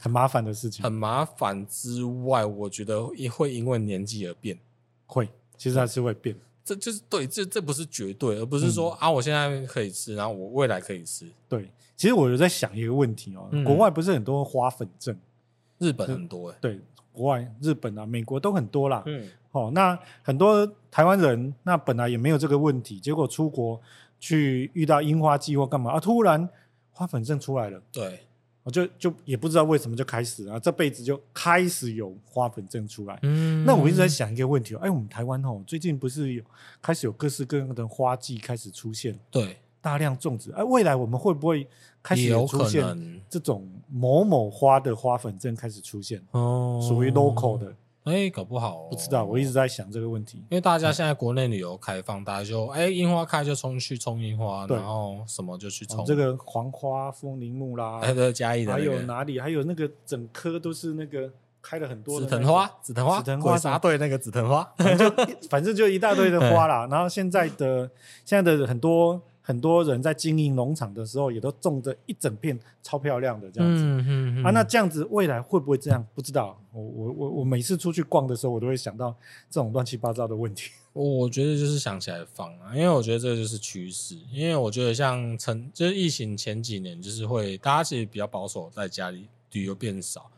B: 很麻烦的事情
A: 很。麻烦之外，我觉得也会因为年纪而变。
B: 会，其实还是会变。
A: 这就是对，这这不是绝对，而不是
B: 嗯
A: 说、啊，我现在可以吃，然后我未来可以吃。
B: 对，其实我有在想一个问题哦，
A: 嗯
B: 国外不是很多花粉症？
A: 日
B: 嗯
A: 本很多哎、
B: 对，国外、日本啊、美国都很多啦。
A: 嗯，
B: 哦，那很多台湾人那本来也没有这个问题，结果出国去遇到樱花季或干嘛啊，突然花粉症出来了。
A: 对，
B: 我就就也不知道为什么就开始啊，这辈子就开始有花粉症出来。
A: 嗯
B: 那我一直在想一个问题哦，哎，我们台湾哦，最近不是有开始有各式各样的花季开始出现，
A: 嗯对，
B: 大量种植，哎，未来我们会不会开始
A: 也有
B: 出
A: 可
B: 现
A: 能
B: 这种某某花的花粉症开始出现，
A: 哦
B: 属于 local，的？
A: 哎、搞不好哦、
B: 不知道，我一直在想这个问题。
A: 因为大家现在国内旅游开放，大家就哎樱花开就冲去冲樱花，
B: 对
A: 然后什么就去
B: 哦
A: 冲、
B: 这，个黄花风铃木啦，
A: 哎对，嘉义的
B: 还
A: 那
B: 有
A: 个
B: 哪里？还有那个整棵都是那个开了很多
A: 紫
B: 的
A: 藤
B: 那种
A: 花，紫藤花，
B: 紫藤花
A: 鬼杀队那个紫藤花，
B: 反正就一大堆的花
A: 哎
B: 啦。然后现在的现在的很多很多人在经营农场的时候，也都种着一整片超漂亮的这样子、
A: 嗯
B: 啊。那这样子未来会不会这样？不知道。我我我我每次出去逛的时候，我都会想到这种乱七八糟的问题。
A: 我觉得就是想起来放啊，因为我觉得这就是趋势。因为我觉得像成就是疫情前几年，就是会大家其实比较保守，在家里旅游变少，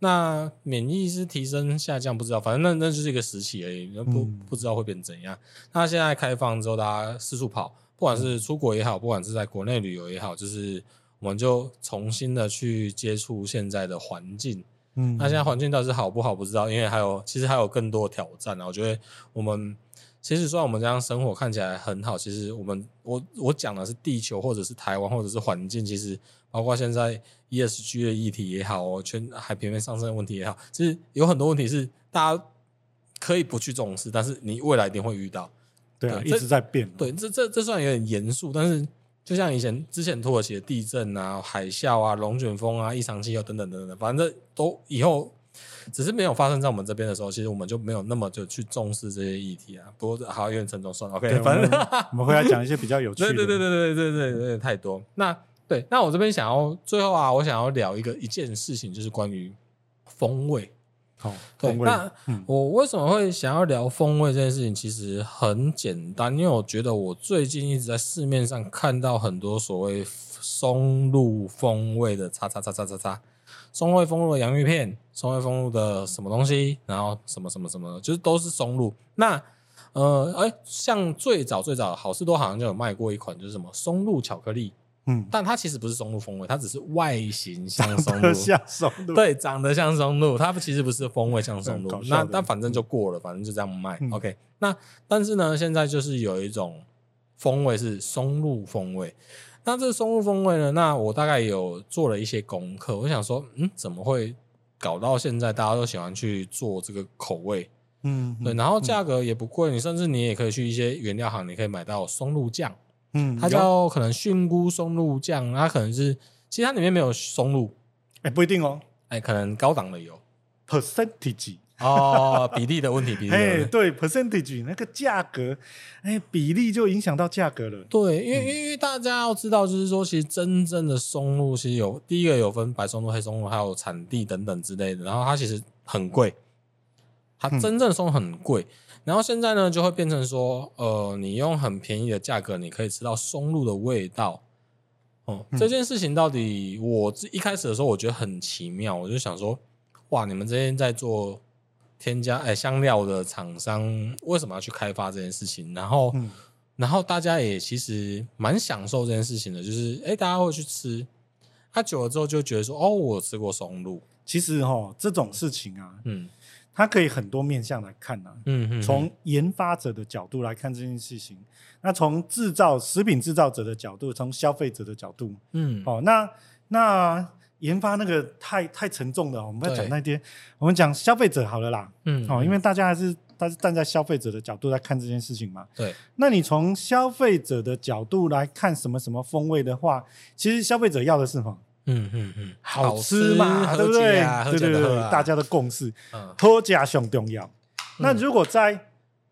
A: 那免疫是提升下降不知道，反正那那就是一个时期而已，不、
B: 嗯
A: 不知道会变怎样。那现在开放之后，大家四处跑，不管是出国也好，不管是在国内旅游也好，就是我们就重新的去接触现在的环境，
B: 嗯
A: 那现在环境到底是好不好不知道，因为还有其实还有更多的挑战啊。我觉得我们其实虽然我们这样生活看起来很好，其实我们我我讲的是地球或者是台湾或者是环境，其实包括现在 ESG 的议题也好哦，全海平面上升的问题也好，其实有很多问题是大家可以不去重视，但是你未来一定会遇到。
B: 对啊，
A: 对
B: 一
A: 这
B: 直在变。
A: 对，这这这虽然有点严肃，但是就像以前之前土耳其的地震啊、海啸啊、龙卷风啊、异常气候等等等等，反正都以后只是没有发生在我们这边的时候，其实我们就没有那么就去重视这些议题啊。不过好，有点沉重，算了，OK，
B: 对，
A: 反正
B: 我们 我们会来讲一些比较有趣的。
A: 对对对对对对对对对，太多。那对，那我这边想要最后啊，我想要聊一个一件事情，就是关于风味。
B: 好，
A: 对，
B: 风味
A: 那
B: 嗯
A: 我为什么会想要聊风味这件事情？其实很简单，因为我觉得我最近一直在市面上看到很多所谓松露风味的叉叉叉叉叉叉，松味风露的洋芋片，松味风露的什么东西，然后什么什么什么的，就是都是松露。那呃，哎，像最早最早好事多好像就有卖过一款，就是什么松露巧克力，
B: 嗯，
A: 但它其实不是松露风味，它只是外形像松
B: 喝
A: 露，
B: 下手对
A: 对，长得像松露，它其实不是风味像松
B: 嗯搞
A: 露。
B: 笑
A: 那
B: 的
A: 但反正就过了，反正就这样卖。
B: 嗯
A: OK，那但是呢，现在就是有一种风味是松露风味。那这松露风味呢？那我大概有做了一些功课，我想说，嗯，怎么会搞到现在大家都喜欢去做这个口味？
B: 嗯，嗯
A: 对，然后价格也不贵，你甚至你也可以去一些原料行，你可以买到松露酱。
B: 嗯，
A: 它
B: 有
A: 叫可能菌菇松露酱，它可能是其实它里面没有松露，
B: 哎不一定哦
A: 哎，可能高档的有。
B: ，percentage。
A: 哦，比例的问题，比例的问
B: 哎，
A: 题。
B: 对，percentage 那个价格，哎，比例就影响到价格了。
A: 对，因为因
B: 嗯
A: 为因为大家要知道，就是说，其实真正的松露其实有第一个有分白松露、黑松露，还有产地等等之类的。然后它其实很贵，它
B: 嗯
A: 真正的松露很贵。然后现在呢，就会变成说，呃，你用很便宜的价格，你可以吃到松露的味道。哦、
B: 嗯
A: 这件事情到底我自一开始的时候，我觉得很奇妙，我就想说，哇，你们这些在做添加哎、香料的厂商，为什么要去开发这件事情？然后，
B: 嗯
A: 然后大家也其实蛮享受这件事情的，就是哎、大家会去吃，它、久了之后就觉得说，哦，我有吃过松露，
B: 其实哈、哦，这种事情啊，
A: 嗯
B: 它可以很多面向来看啊。
A: 嗯嗯，
B: 从研发者的角度来看这件事情，那从哦制造食品制造者的角度，从消费者的角度，
A: 嗯
B: 哦，那那研发那个太太沉重了，我们不要
A: 对
B: 讲那些，我们讲消费者好了啦。
A: 嗯
B: 哦，因为大家还是他是站在消费者的角度来看这件事情嘛。
A: 对，
B: 那你从消费者的角度来看什么什么风味的话，其实消费者要的是什么？
A: 嗯嗯嗯，
B: 吃嘛，对
A: 合
B: 不
A: 家
B: 对
A: 啊？合
B: 对
A: 家
B: 对
A: 的
B: 对
A: 喝，啊
B: 大家的共识，
A: 嗯
B: 喝家上重要。那如果在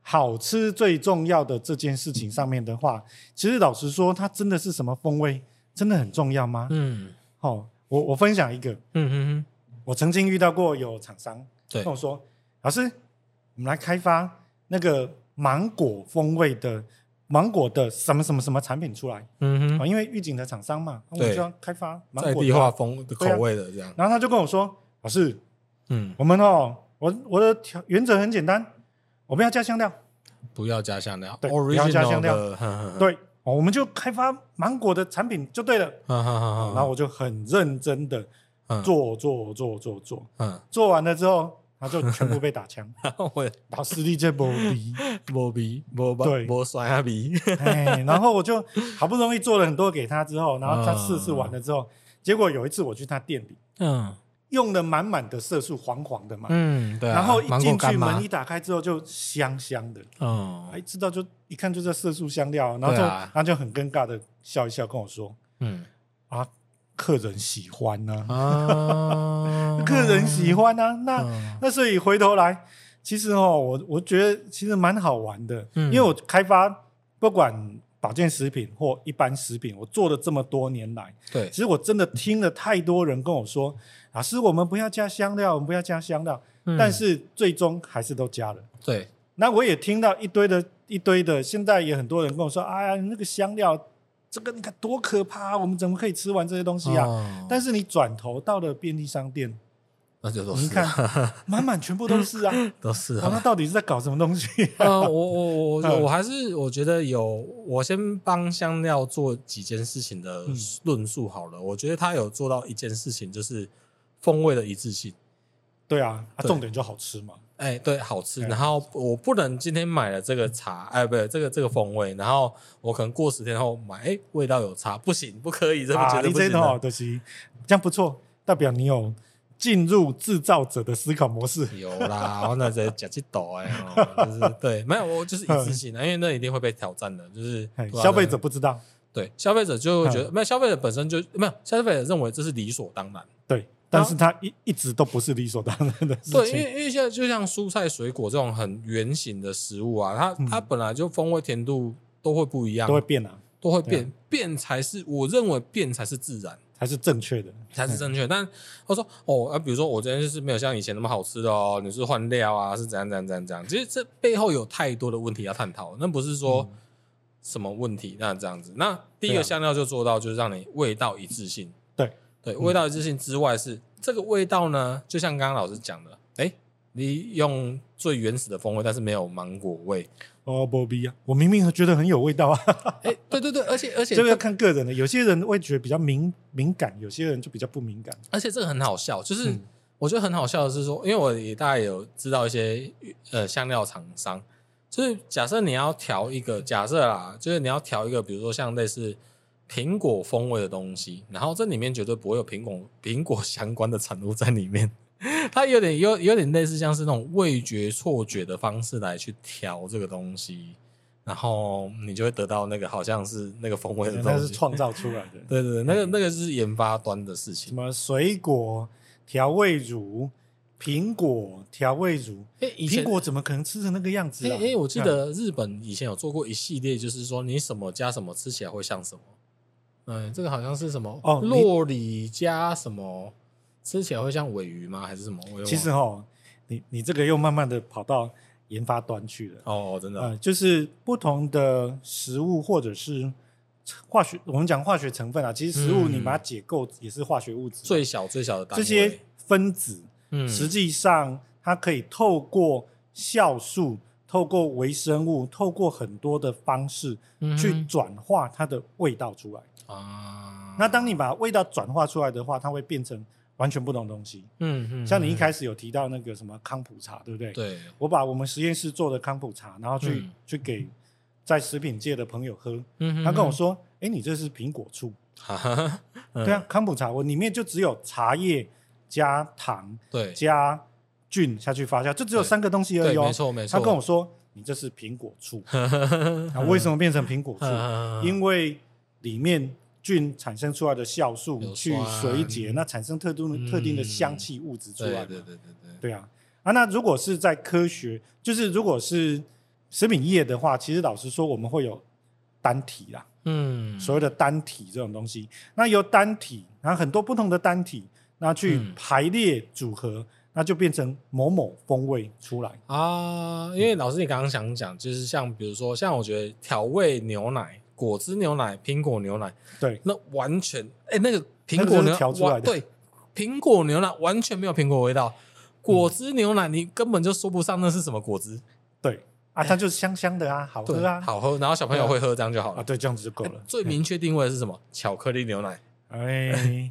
B: 好吃最重要的这件事情上面的话，其实老实说，它真的是什么风味，真的很重要吗？
A: 嗯
B: 哦，我我分享一个，
A: 嗯嗯嗯，
B: 我曾经遇到过有厂商
A: 对
B: 跟我说：“老师，我们来开发那个芒果风味的芒果的什么什么什么产品出来
A: 嗯
B: 啊、
A: 哼，
B: 因为预警的厂商嘛，我们
A: 对
B: 就要开发芒
A: 在
B: 果
A: 地
B: 的
A: 化
B: 啊。
A: 风的
B: 对啊
A: 口味的这样，
B: 然后他就跟我说：“老师，
A: 嗯，
B: 我们哦，我我的条原则很简单，我们要加香料，
A: 不要加香料
B: 对不要
A: ，original
B: 加香料
A: 的，嗯哼，
B: 对、哦，我们就开发芒果的产品就对了。
A: 哼哼哼哼，
B: 然后我就很认真的
A: 嗯，
B: 做做做做做，
A: 嗯，
B: 做完了之后，他就全部被打枪，
A: 然后我也
B: 老师力这不理。
A: 摸鼻摸吧
B: 对
A: 摸酸啊 鼻，
B: 哎，然后我就好不容易做了很多给他之后，然后他
A: 啊
B: 试试完了之后，结果有一次我去他店里，
A: 嗯
B: 用了满满的色素，黄黄的嘛，
A: 嗯，对啊，
B: 然后一
A: 芒果
B: 进
A: 干
B: 去
A: 嘛
B: 门一打开之后就香香的，哎，
A: 嗯
B: 知道就一看就是色素香料，然后
A: 对
B: 就、
A: 啊
B: 他就很尴尬的笑一笑跟我说
A: 嗯
B: 啊，客人喜欢呢、，
A: 啊
B: 客人喜欢呢、那、
A: 嗯
B: 那所以回头来，其实哦，我我觉得其实蛮好玩的，
A: 嗯
B: 因为我开发不管保健食品或一般食品，我做了这么多年来，
A: 对
B: 其，实我真的听了太多人跟我说，老师我们不要加香料，我们不要加香料，
A: 嗯
B: 但是最终还是都加了。
A: 对，
B: 那我也听到一堆的一堆的，现在也很多人跟我说，哎呀，那个香料，这个你看多可怕、啊，我们怎么可以吃完这些东西啊？
A: 哦
B: 但是你转头到了便利商店，
A: 那就都
B: 你
A: 是啊
B: 看满满全啊部都 是啊。
A: 都是
B: 哦，
A: 啊
B: 那。到底是在搞什么东西、
A: 呃，我我我
B: 嗯
A: 我还是我觉得有，我先帮香料做几件事情的
B: 嗯
A: 论述好了。我觉得他有做到一件事情，就是风味的一致性。
B: 对啊，啊
A: 对
B: 重点就好吃嘛。
A: 哎、对，好吃。
B: 哎
A: 然后我不能今天买了这个茶，哎、不对，这个这个风味，然后我可能过十天后买，哎、味道有差，不行，不可以，这么
B: 啊，
A: 绝对
B: 你
A: 不
B: 这
A: 行的、
B: 套东西这样不错，代表你有进入制造者的思考模式。
A: 有啦， 我那在讲去抖哎，哦就是对，没有，我就是一致性的，因为那一定会被挑战的，就是
B: 嘿
A: 对啊
B: 哎消费者不嗯知道，
A: 对消费者就会觉得，没有消费者本身就没有消费者认为这是理所当然。
B: 对，但是他一一直都不是理所当然的事
A: 啊对，因
B: 情。
A: 为因为现在就像蔬菜水果这种很圆形的食物啊，它、它本来就风味甜度都会不一样，
B: 嗯都会变啊，
A: 都会变，变才是我认为变才是自然。
B: 才是正确的。
A: 才是正确。但他说哦，啊，比如说我今天就是没有像以前那么好吃的哦，你是换料啊，是怎样怎样怎样怎样。其实这背后有太多的问题要探讨，那不是说什么问题，那这样子。那第一
B: 嗯对
A: 个
B: 啊
A: 香料就做到就是让你味道一致性，
B: 对嗯
A: 对，味道一致性之外是、这个味道呢，就像刚刚老师讲的，哎，你用最原始的风味，但是没有芒果味，
B: 哦，不必啊，我明明觉得很有味道啊，
A: 哎，对 对对，而且而且
B: 这个要
A: 这
B: 看个人的。有些人会觉得比较敏敏感，有些人就比较不敏感。
A: 而且这个很好笑，就是
B: 嗯
A: 我觉得很好笑的是说，因为我也大概有知道一些呃香料厂商，就是假设你要调一个，假设啦，就是你要调一个，比如说像类似苹果风味的东西，然后这里面绝对不会有苹果 苹果相关的产物在里面， 它有点有有点类似像是那种味觉错觉的方式来去调这个东西，然后你就会得到那个好像是那个风味的
B: 那
A: 东
B: 是
A: 西。
B: 创造出来的，
A: 对对对，那个那个是研发端的事情
B: 什。么水果调味乳、苹果调味乳，
A: 哎，以
B: 苹
A: 前
B: 果怎么可能吃成那个样子
A: 哎、
B: 啊？
A: 哎、我记得日本以前有做过一系列，就是说你什么加什么吃起来会像什么。嗯，这个好像是什么
B: 哦你
A: 洛里加什么吃起来会像尾鱼吗？还是什么？我也忘了
B: 其实哦，你你这个又慢慢的跑到研发端去了。
A: 哦，真的、
B: 呃，就是不同的食物或者是化学，我们讲化学成分啊，其实食物
A: 嗯
B: 你把它解构也是化学物质，啊
A: 最小最小的单
B: 这
A: 位
B: 些分子
A: 嗯
B: 实际上它可以透过酵素、透过微生物、透过很多的方式
A: 嗯哼
B: 去转化它的味道出来。
A: 啊，
B: 那当你把味道转化出来的话，它会变成完全不同的东西。
A: 嗯嗯，
B: 像你一
A: 嗯
B: 开始有提到那个什么康普茶，对不对？
A: 对
B: 我把我们实验室做的康普茶，然后去、
A: 嗯
B: 去给在食品界的朋友喝，
A: 嗯
B: 他跟我说：“哎、你这是苹果醋。
A: 哈哈，嗯
B: 对啊，康普茶我里面就只有茶叶加糖
A: 对
B: 加菌下去发酵，就只有
A: 对
B: 三个东西而
A: 对，
B: 已哦
A: 没。错没错。
B: 他跟我说：“你这是苹果 醋啊？为什么变成苹果醋？
A: 嗯，
B: 因为里面菌产生出来的酵素
A: 有
B: 去
A: 酸
B: 水解，那产生特定的、
A: 嗯
B: 特定的香气物质出
A: 对
B: 来
A: 对
B: 嘛。
A: 对对对，
B: 对啊，啊，那如果是在科学，就是如果是食品业的话，其实老实说，我们会有单体啦，
A: 嗯，
B: 所谓的单体这种东西，那由单体，然后很多不同的单体，那去
A: 嗯
B: 排列组合，那就变成某某风味出来。
A: 啊，因为老师你刚刚想讲，就是像比如说，像我觉得调味牛奶、果汁牛奶、苹果牛奶，
B: 对，
A: 那完全哎、那个苹
B: 那个
A: 果
B: 就是
A: 牛
B: 调出来
A: 哇
B: 的
A: 对，苹果牛奶完全没有苹果味道，果汁牛奶你根本就说不上那是什么果汁，
B: 对啊，它就是香香的啊，好
A: 哎对
B: 嗯喝啊，
A: 好喝，然后小朋友
B: 对啊
A: 会喝，这样就好
B: 啊，
A: 了。
B: 对，这样子就够
A: 哎
B: 了。
A: 最明确定位是什么？巧克力牛奶，
B: 哎，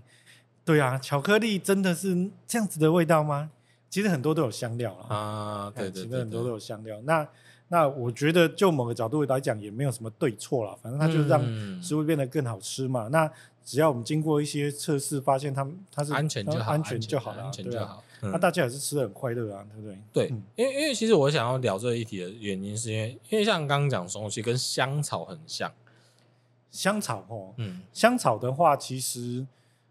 B: 对啊，巧克力真的是这样子的味道吗？其实很多都有香料啊，
A: 啊，对对
B: 其实
A: 对
B: 很多都
A: 对，
B: 有香料。那那我觉得就某个角度来讲，也没有什么对错啦，反正它就是让
A: 嗯
B: 食物变得更好吃嘛。那只要我们经过一些测试，发现它们它是
A: 安全就好，
B: 安全就好了，
A: 安全
B: 对
A: 就
B: 啊。
A: 好。
B: 那、
A: 嗯
B: 大家也是吃的很快乐啊，对不对？
A: 对
B: 嗯，
A: 因为因为其实我想要聊这一题的原因，是因为因为像刚刚讲松其实跟香草很像，
B: 香草哦，
A: 嗯
B: 香草的话，其实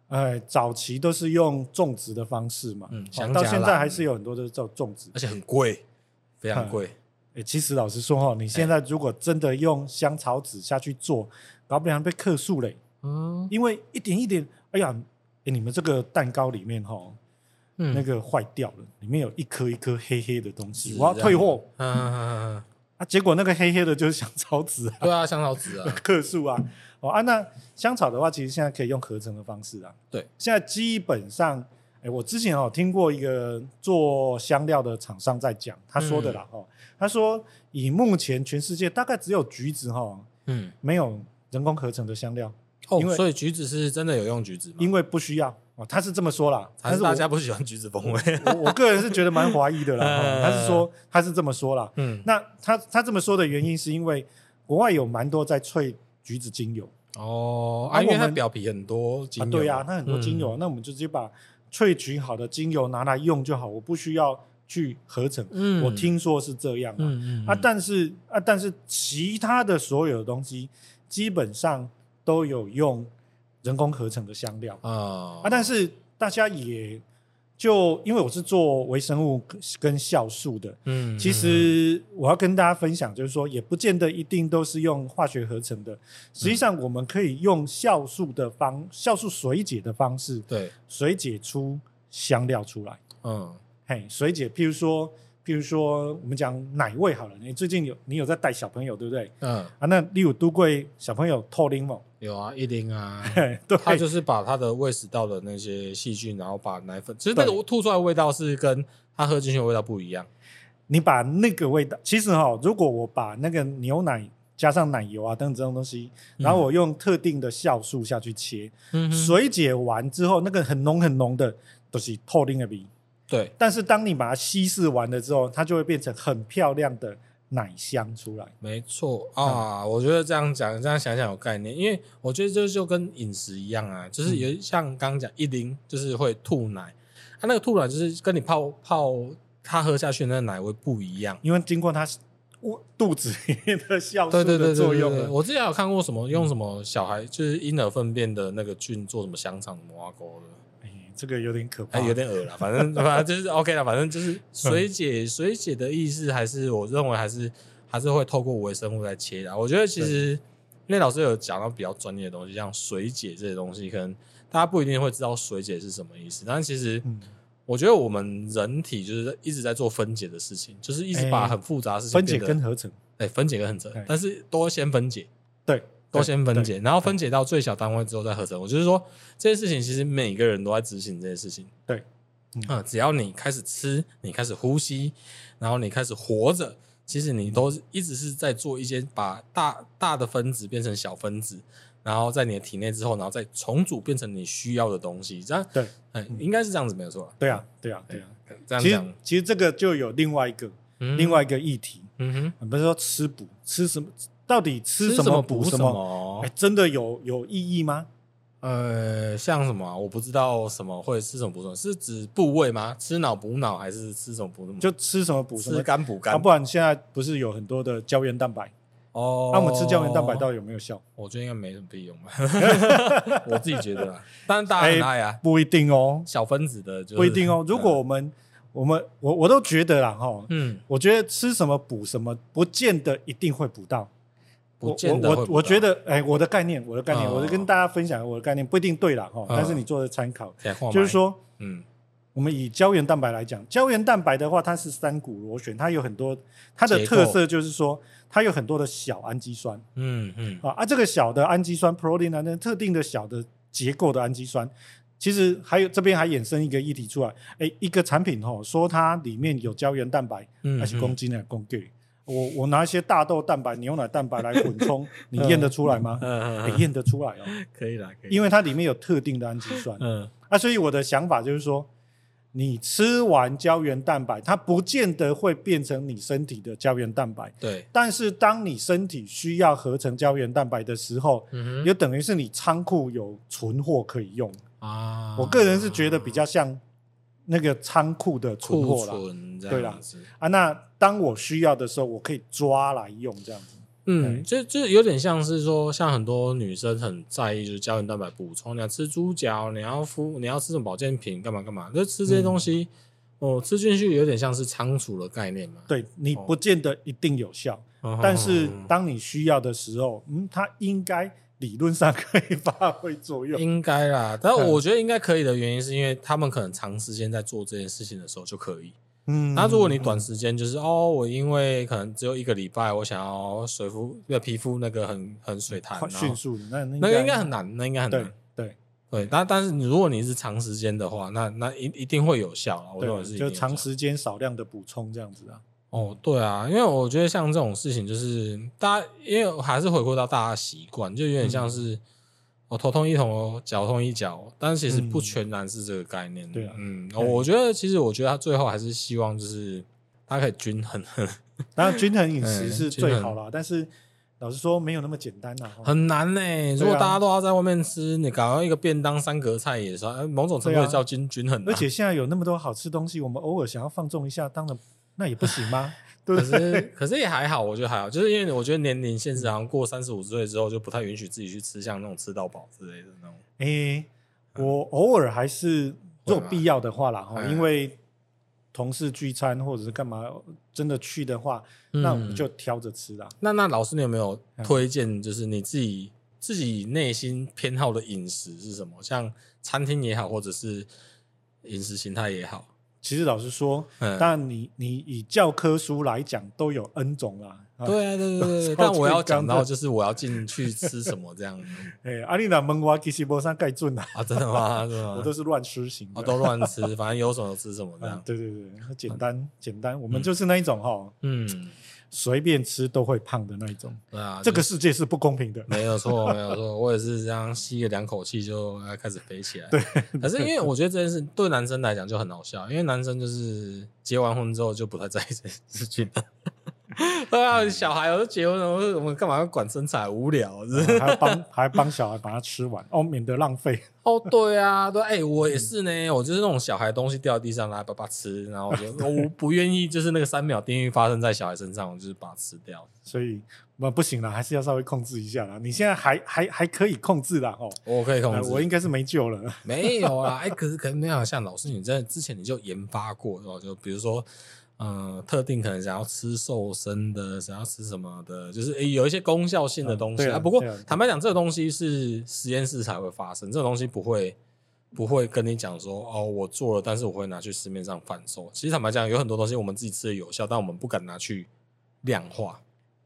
B: 呃早期都是用种植的方式嘛，
A: 嗯
B: 哦
A: 香
B: 到
A: 荚
B: 现
A: 啦
B: 在还是有很多都是种种植。
A: 而且很贵，非
B: 嗯
A: 常贵，
B: 诶，其实老实说哦，你
A: 哎
B: 现在如果真的用香草籽下去做，搞不然被克数嘞。
A: 嗯
B: 因为一点一点，哎呀，哎你们这个蛋糕里面哈，那
A: 嗯，
B: 个坏掉了，里面有一颗一颗黑黑的东西，
A: 是
B: 我要退货
A: 嗯，
B: 啊！结果那个黑黑的就是香草 籽啊，
A: 对啊，香草籽啊，
B: 克数啊，哦啊，那香草的话，其实现在可以用合成的方式啊。
A: 对，
B: 现在基本上，哎，我之前哦听过一个做香料的厂商在讲，他说的
A: 嗯
B: 啦，哦，他说以目前全世界大概只有橘子哈、哦、
A: 嗯，
B: 没有人工合成的香料，
A: 哦
B: 因，为
A: 所以橘子是真的有用橘子吗？
B: 因为不需要哦，他是这么说啦，
A: 还
B: 但
A: 是
B: 是我
A: 大家不喜欢橘子风味？
B: 我我个人是觉得蛮怀疑的 啦。
A: 嗯
B: 哦他是说他是这么说啦。
A: 嗯，
B: 那他他这么说的原因是因为国外有蛮多在萃橘子精油
A: 哦，
B: 啊
A: 啊，因为
B: 我
A: 它
B: 们
A: 表皮很多精
B: 啊，
A: 油，
B: 对啊，它很多精
A: 嗯，
B: 油，那我们就直接把萃取好的精油拿来用就好，我不需要去合成。
A: 嗯，
B: 我，听说是这样啊，
A: 嗯嗯，
B: 啊，但是啊，但是其他的所有的东西基本上都有用人工合成的香料。
A: 啊
B: 啊，但是大家也就因为我是做微生物跟跟酵素的，
A: 嗯，
B: 其实我要跟大家分享，就是说也不见得一定都是用化学合成的，实际上我们可以用酵素的方酵素水解的方式
A: 嗯对，
B: 水解出香料出来。
A: 嗯，
B: 嘿，水解，譬如说。譬如说，我们讲奶味好了，你最近有你有在带小朋友对不对？
A: 嗯，
B: 啊，那例如都贵小朋友透灵嘛，
A: 有啊，一零啊，
B: 嘿对，
A: 它就是把它的胃食道的那些细菌，然后把奶粉，其实那
B: 对
A: 个吐出来的味道是跟它喝进去的味道不一样。
B: 你把那个味道，其实哈、如果我把那个牛奶加上奶油啊等等这种东西，然后我用特定的酵素下去切，
A: 嗯
B: 水解完之后，那个很浓很浓的都、是透丁的味。
A: 对，
B: 但是当你把它稀释完了之后，它就会变成很漂亮的奶香出来。
A: 没错啊，我觉得这样讲，这样想想有概念，因为我觉得这就跟饮食一样啊，就是有、像刚刚讲一零，就是会吐奶，啊它、那个吐奶就是跟你泡泡它喝下去的那个奶味不一样。
B: 因为经过它我肚子 里面的酵
A: 对对
B: 素
A: 对
B: 的
A: 对
B: 作
A: 对
B: 用
A: 对，
B: 了，
A: 我之前有看过什么用什么小孩就是婴儿粪便的那个菌做什么香肠麻糕的，
B: 哎，这个有点可怕
A: 哎，。有点恶了，反正 反正就是 OK 了，反正
B: 嗯
A: 就是水解水解的意思，还是我认为还是还是会透过微生物来切的。我觉得其实因为老师有讲到比较专业的东西，像水解这些东西，可能大家不一定会知道水解是什么意思，但其实
B: 嗯，
A: 我觉得我们人体就是一直在做分解的事情，就是一直
B: 哎
A: 把很复杂的事情
B: 分解
A: 变得
B: 跟合成，
A: 哎分解跟很成
B: 哎，
A: 但是都先分解。
B: 对，
A: 都先分
B: 对
A: 解，然后分解到最小单位之后再合成。我就是说，这些事情其实每个人都在执行这些事情。
B: 对嗯
A: 嗯，只要你开始吃，你开始呼吸，然后你开始活着，其实你都一直是在做一些把大大的分子变成小分子，然后在你的体内之后，然后再重组变成你需要的东西。这样，
B: 对，
A: 哎，应该是这样子没有错啊。
B: 对啊，对啊，对啊。
A: 嗯这样
B: 其实
A: 讲，
B: 其实这个就有另外一个
A: 嗯
B: 另，外一个议题，
A: 嗯哼，
B: 不是说吃补，吃什么？到底吃
A: 吃
B: 什么哎
A: 么
B: 补
A: 什
B: 什么？哎，真的有有意义吗？
A: 呃，像什么啊、我不知道什么会吃什么补什么，是指部位吗？吃脑补脑还是吃什么补什么？
B: 就吃什么补什
A: 吃
B: 么。
A: 肝补肝
B: 啊，不然现在不是有很多的胶原蛋白？
A: 哦。
B: 那、我们吃胶原蛋白到底有没有效？
A: 我觉得应该没什么屁用吧， 我自己觉得啦。但是大家
B: 哎
A: 很爱啊，
B: 不一定哦，
A: 小分子的就是
B: 不一定 哦。如果我们、我们我我都觉得啦哈，
A: 嗯，
B: 我觉得吃什么补什么，不见得一定会补到。
A: 不见得
B: 我
A: 会
B: 我
A: 不
B: 我觉
A: 到
B: 得，哎，我的概念，我的概念，
A: 哦
B: 我跟大家分享我的概念，不一定对啦哈，但是
A: 嗯
B: 你做的参考，
A: 来看
B: 就是
A: 麦
B: 说，
A: 嗯
B: 我们以胶原蛋白来讲，胶原蛋白的话，它是三股螺旋，它有很多它的
A: 结构
B: 特色就是说，它有很多的小氨基酸
A: 嗯嗯
B: 啊啊，这个小的氨基酸 proline 啊，那特定的小的结构的氨基酸，其实还有这边还衍生一个议题出来，哎，一个产品哦，说它里面有胶原蛋白，
A: 嗯，
B: 还是公
A: 嗯
B: 斤呢？公给我我拿一些大豆蛋白、牛奶蛋白来混 充，你验得出来吗？
A: 嗯
B: 哎
A: 嗯嗯
B: 验得出来哦，
A: 可以啦，可以，
B: 因为它里面有特定的氨基酸。
A: 嗯
B: 啊，所以我的想法就是说，你吃完胶原蛋白，它不见得会变成你身体的胶原蛋白，
A: 对，
B: 但是当你身体需要合成胶原蛋白的时候，
A: 嗯
B: 也等于是你仓库有存货可以用。
A: 哼啊，
B: 我个人是觉得比较像那个仓库的存
A: 库
B: 货啦。
A: 存这
B: 对啦
A: 样子，
B: 啊，那当我需要的时候，我可以抓来用这样子。
A: 嗯，就就有点像是说，像很多女生很在意就是胶原蛋白补充，你要吃猪脚，你要敷，你要吃什么保健品，干嘛干嘛，就吃这些
B: 嗯
A: 东西，哦，吃进去有点像是仓储的概念嘛。
B: 对你不见得一定有效，
A: 嗯，
B: 但是
A: 嗯
B: 当你需要的时候，嗯，它应该理论上可以发挥作用。
A: 应该啦，但
B: 嗯
A: 我觉得应该可以的原因是因为他们可能长时间在做这件事情的时候就可以。
B: 嗯
A: 那如果你短时间就是哦，我因为可能只有一个礼拜，我想要水肤呃皮肤那个很很水
B: 嗯快
A: 弹，然后
B: 迅速的，那
A: 啊那
B: 那
A: 个应该很难，那应该很
B: 对
A: 难。
B: 对
A: 对，但但是你如果你是长时间的话，那那一一定会有效啦。我认为是
B: 对，
A: 一定
B: 就
A: 有
B: 长
A: 效
B: 时间少量的补充这样子啊。
A: 哦，对啊，因为我觉得像这种事情，就是大家因为还是回归到大家的习惯，就有点
B: 嗯
A: 像是我、哦头痛医头，脚痛医脚，但是其实不
B: 嗯
A: 全然是这个概念。
B: 对啊
A: 嗯，
B: 对
A: 我觉得其实我觉得他最后还是希望就是大家可以均衡，
B: 当然，均衡饮食
A: 嗯
B: 是
A: 均衡
B: 最好啦，但是老实说，没有那么简单啦。哦
A: 很难呢、如果
B: 对啊
A: 大家都要在外面吃，你搞一个便当三格菜也算，呃某种程度
B: 对啊
A: 也叫均均衡、啊。
B: 而且现在有那么多好吃东西，我们偶尔想要放纵一下，当然那也不行吗？ 对
A: 可
B: 不对？
A: 是可是也还好，我觉得还好，就是因为我觉得年龄限制，好像过三十五岁之后就不太允许自己去吃像那种吃到饱之类的那种。
B: 诶，哎我偶尔还是
A: 会
B: 做
A: 吗
B: 必要的话啦，哈，
A: 嗯
B: 因为同事聚餐或者是干嘛，真的去的话，
A: 嗯
B: 那我们就挑着吃啦。
A: 那那老师，你有没有
B: 嗯
A: 推荐？就是你自己、自己内心偏好的饮食是什么？像餐厅也好，或者是饮食形态也好。
B: 其实老实说，
A: 嗯，
B: 但你你以教科书来讲，都有 N 种啦。啊，
A: 对啊，对对对对。
B: 超
A: 但我要讲
B: 健康的
A: 到就是我要进去吃什么这样
B: 哎，阿丽娜蒙瓜其实波上盖准啦，
A: 啊？真的吗？真的吗？
B: 我都是乱吃型
A: 啊
B: 的。
A: 都嗯乱吃，反正有什么吃什么这
B: 啊
A: 样。
B: 对对对，简单简单，我们就是那一种哈，
A: 嗯，
B: 随便吃都会胖的那一种。
A: 对啊，
B: 这个世界是不公 平的。
A: 没有错，没有错，我也是这样吸了两口气就呃开始飞起来。对，可是因为我觉得这件事对男生来讲就很好笑，因为男生就是结完婚之后就不太在意这件事情了。 对啊，小孩我都结婚了，我说我们干嘛要管身材？无 聊是啊不是
B: 呃还要帮还要帮小孩把它吃完哦，免得浪费。
A: 哦，对啊，对，哎、我也是呢，我就是那种小孩东西掉地上来，爸爸吃，然后我就 我不愿意，就是那个三秒定律发生在小孩身上，我就是把它吃掉。
B: 所以那不行了，还是要稍微控制一下啦。你现在还还还可以控制啦哦，
A: 我可以控
B: 呃
A: 制，
B: 我应该是没救了。
A: 没有啦，哎、可是可能没有像老师，你真的之前你就研发过哦，就比如说，嗯、特定可能想要吃瘦身的，想要吃什么的，就是、哎有一些功效性的东西、
B: 嗯对啊
A: 不过
B: 对啊
A: 坦白讲，这个东西是实验室才会发生，这个东西不会不会跟你讲说哦，我做了，但是我会拿去市面上贩售。其实坦白讲，有很多东西我们自己吃的有效，但我们不敢拿去量化。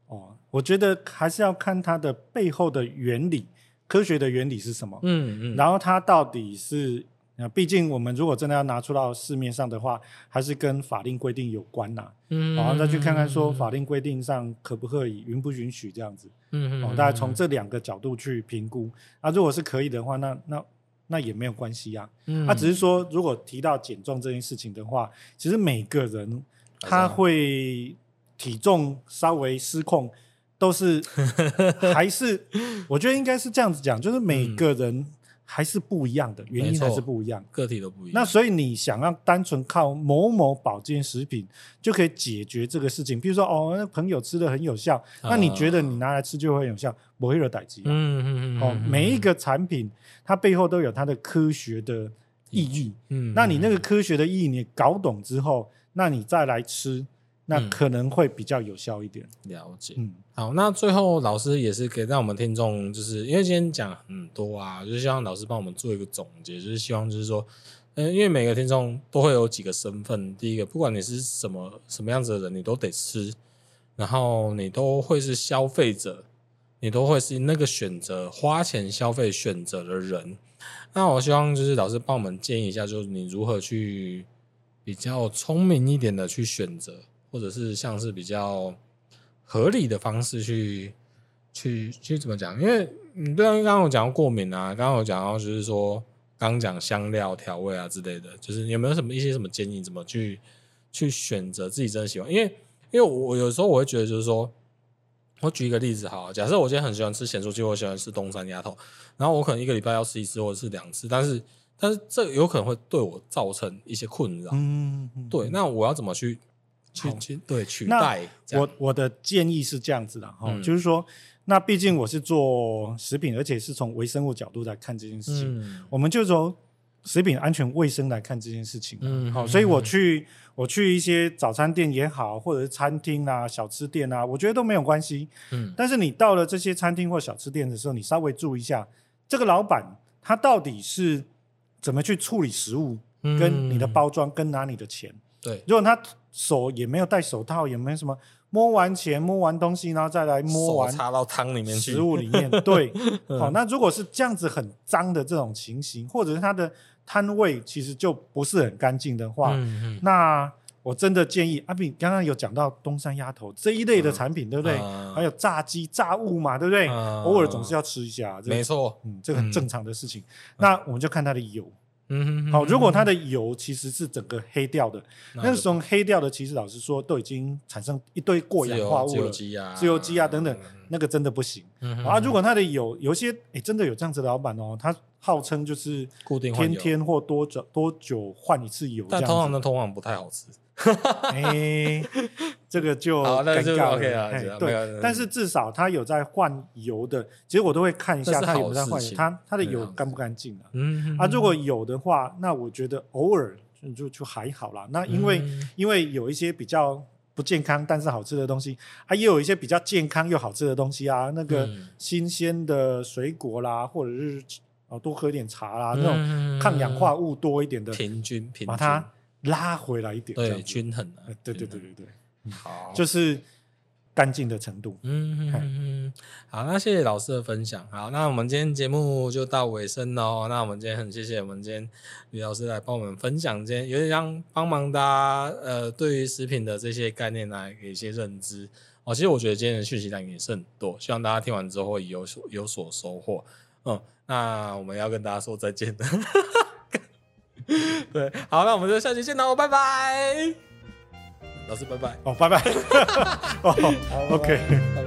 B: 哦，我觉得还是要看它的背后的原理，科学的原理是什么，
A: 嗯嗯，
B: 然后它到底是。呃毕竟我们如果真的要拿出到市面上的话，还是跟法令规定有关呐、
A: 嗯
B: 然后啊再去看看说法令规定上可不可以、允不允许这样子。
A: 嗯
B: 哦，大家从这两个角度去评估。啊，如果是可以的话，那那那也没有关系啊。
A: 嗯
B: 他、只是说，如果提到减重这件事情的话，其实每个人
A: 还
B: 他
A: 是
B: 会体重稍微失控， 都是还是我觉得应该是这样子讲，就是每个人还是不一样的，
A: 嗯
B: 原
A: 没
B: 因
A: 错
B: 还是不一样。
A: 个体都不一样。
B: 那所以你想要单纯靠某某保健食品就可以解决这个事情，比如说哦，那朋友吃的很有效，那你觉得你拿来吃就会很有效，不会有代际。
A: 啊嗯嗯嗯，
B: 哦，
A: 嗯
B: 每一个产品它背后都有它的科学的意义。
A: 嗯，
B: 那你那个科学的意义你搞懂之后，那你再来吃，那
A: 嗯
B: 可能会比较有效一点。
A: 了解。
B: 嗯，
A: 好，那最后老师也是给让我们听众，就是因为今天讲很多啊，就是希望老师帮我们做一个总结，就是希望就是说，嗯，因为每个听众都会有几个身份，第一个，不管你是什么什么样子的人，你都得吃，然后你都会是消费者，你都会是那个选择花钱消费选择的人。那我希望就是老师帮我们建议一下，就是你如何去比较聪明一点的去选择，或者是像是比较合理的方式去去去怎么讲？因为你对啊，因为刚刚我讲到过敏啊，刚刚我讲到就是说，刚刚讲香料调味啊之类的，就是有没有什么一些什么建议，怎么去去选择自己真的喜欢？因为因为我有时候我会觉得就是说。我举一个例子好了，假设我今天很喜欢吃咸酥鸡，我喜欢吃东山鸭头，然后我可能一个礼拜要吃一次或者是两次，但是但是这有可能会对我造成一些困扰。
B: 嗯，嗯
A: 对，那我要怎么去去
B: 好
A: 去对取
B: 那
A: 代这样？
B: 我我的建议是这样子的哈，
A: 嗯
B: 就是说，那毕竟我是做食品，而且是从微生物角度来看这件事情，
A: 嗯
B: 我们就从食品安全卫生来看这件事情。
A: 嗯
B: 好，所以我
A: 嗯
B: 去我去一些早餐店也好，或者是餐厅啊、小吃店啊，我觉得都没有关系。
A: 嗯
B: 但是你到了这些餐厅或小吃店的时候，你稍微注意一下，这个老板他到底是怎么去处理食物，
A: 嗯
B: 跟你的包装，跟拿你的钱。
A: 对
B: 如果他手也没有戴手套，也没什么，摸完钱、摸完东西，然后再来摸完
A: 手插到汤里面去，
B: 食物里面， 对，
A: 嗯
B: 好，那如果是这样子很脏的这种情形，或者是他的摊位其实就不是很干净的话，
A: 嗯嗯
B: 那我真的建议阿炳刚刚有讲到东山鸭头这一类的产品，对不对？
A: 嗯
B: 还有炸鸡、炸物嘛，对不对？
A: 嗯
B: 偶尔总是要吃一下，这
A: 没
B: 个
A: 错，
B: 嗯，这个很
A: 嗯
B: 正常的事情。那我们就看它的油，
A: 嗯
B: 好，如果它的油其实是整个黑掉的，那时
A: 候
B: 候黑掉的，其实老实说都已经产生一堆过氧化物
A: 自由
B: 了，
A: 基啊，
B: 自由基啊等等，那个真的不行。
A: 嗯，
B: 啊，
A: 啊，
B: 如果他的有有一些，哎，真的有这样子的老板哦，他号称就是
A: 固定换
B: 天
A: 油，
B: 天或多久多久换一次油这
A: 但 通常
B: 样子，
A: 的通常不太好吃。
B: 哎， 这个就
A: 好那
B: 尴
A: 就
B: 尬
A: OK 啊
B: 了。哎
A: 这样没有
B: 对，但是至少他有在换油的，其实我都会看一
A: 这
B: 下
A: 是
B: 他有没有在
A: 好
B: 换
A: 事
B: 油，
A: 情
B: 他他的
A: 对
B: 油
A: 啊
B: 干不干净啊？
A: 嗯
B: 啊，如果有的话，那我觉得偶尔就就就还好啦。那因为
A: 嗯
B: 因为有一些比较不健康但是好吃的东西，啊，也有一些比较健康又好吃的东西啊，那个
A: 嗯
B: 新鲜的水果啦，或者是哦多喝一点茶啦，
A: 嗯
B: 那种
A: 种
B: 抗氧化物多一点的，
A: 平均平均
B: 把它拉回来一点，这
A: 对
B: 样子。
A: 均衡啊
B: 呃，对对
A: 均
B: 对
A: 衡，
B: 对对，
A: 好，
B: 就是干净的程度。
A: 嗯嗯
B: 嗨
A: 嗯，嗯好，那谢谢老师的分享。好，那我们今天节目就到尾声喽。那我们今天很谢谢我们今天吕老师来帮我们分享，今天有点像帮忙大家呃对于食品的这些概念来给一些认知。哦，其实我觉得今天的讯息量也是很多，希望大家听完之后会有所有所收获。嗯，那我们要跟大家说再见了。 对，好，那我们就下期见喽，拜拜。老师，拜拜。
B: 哦，拜拜。哦
A: 好
B: ，OK。
A: 拜拜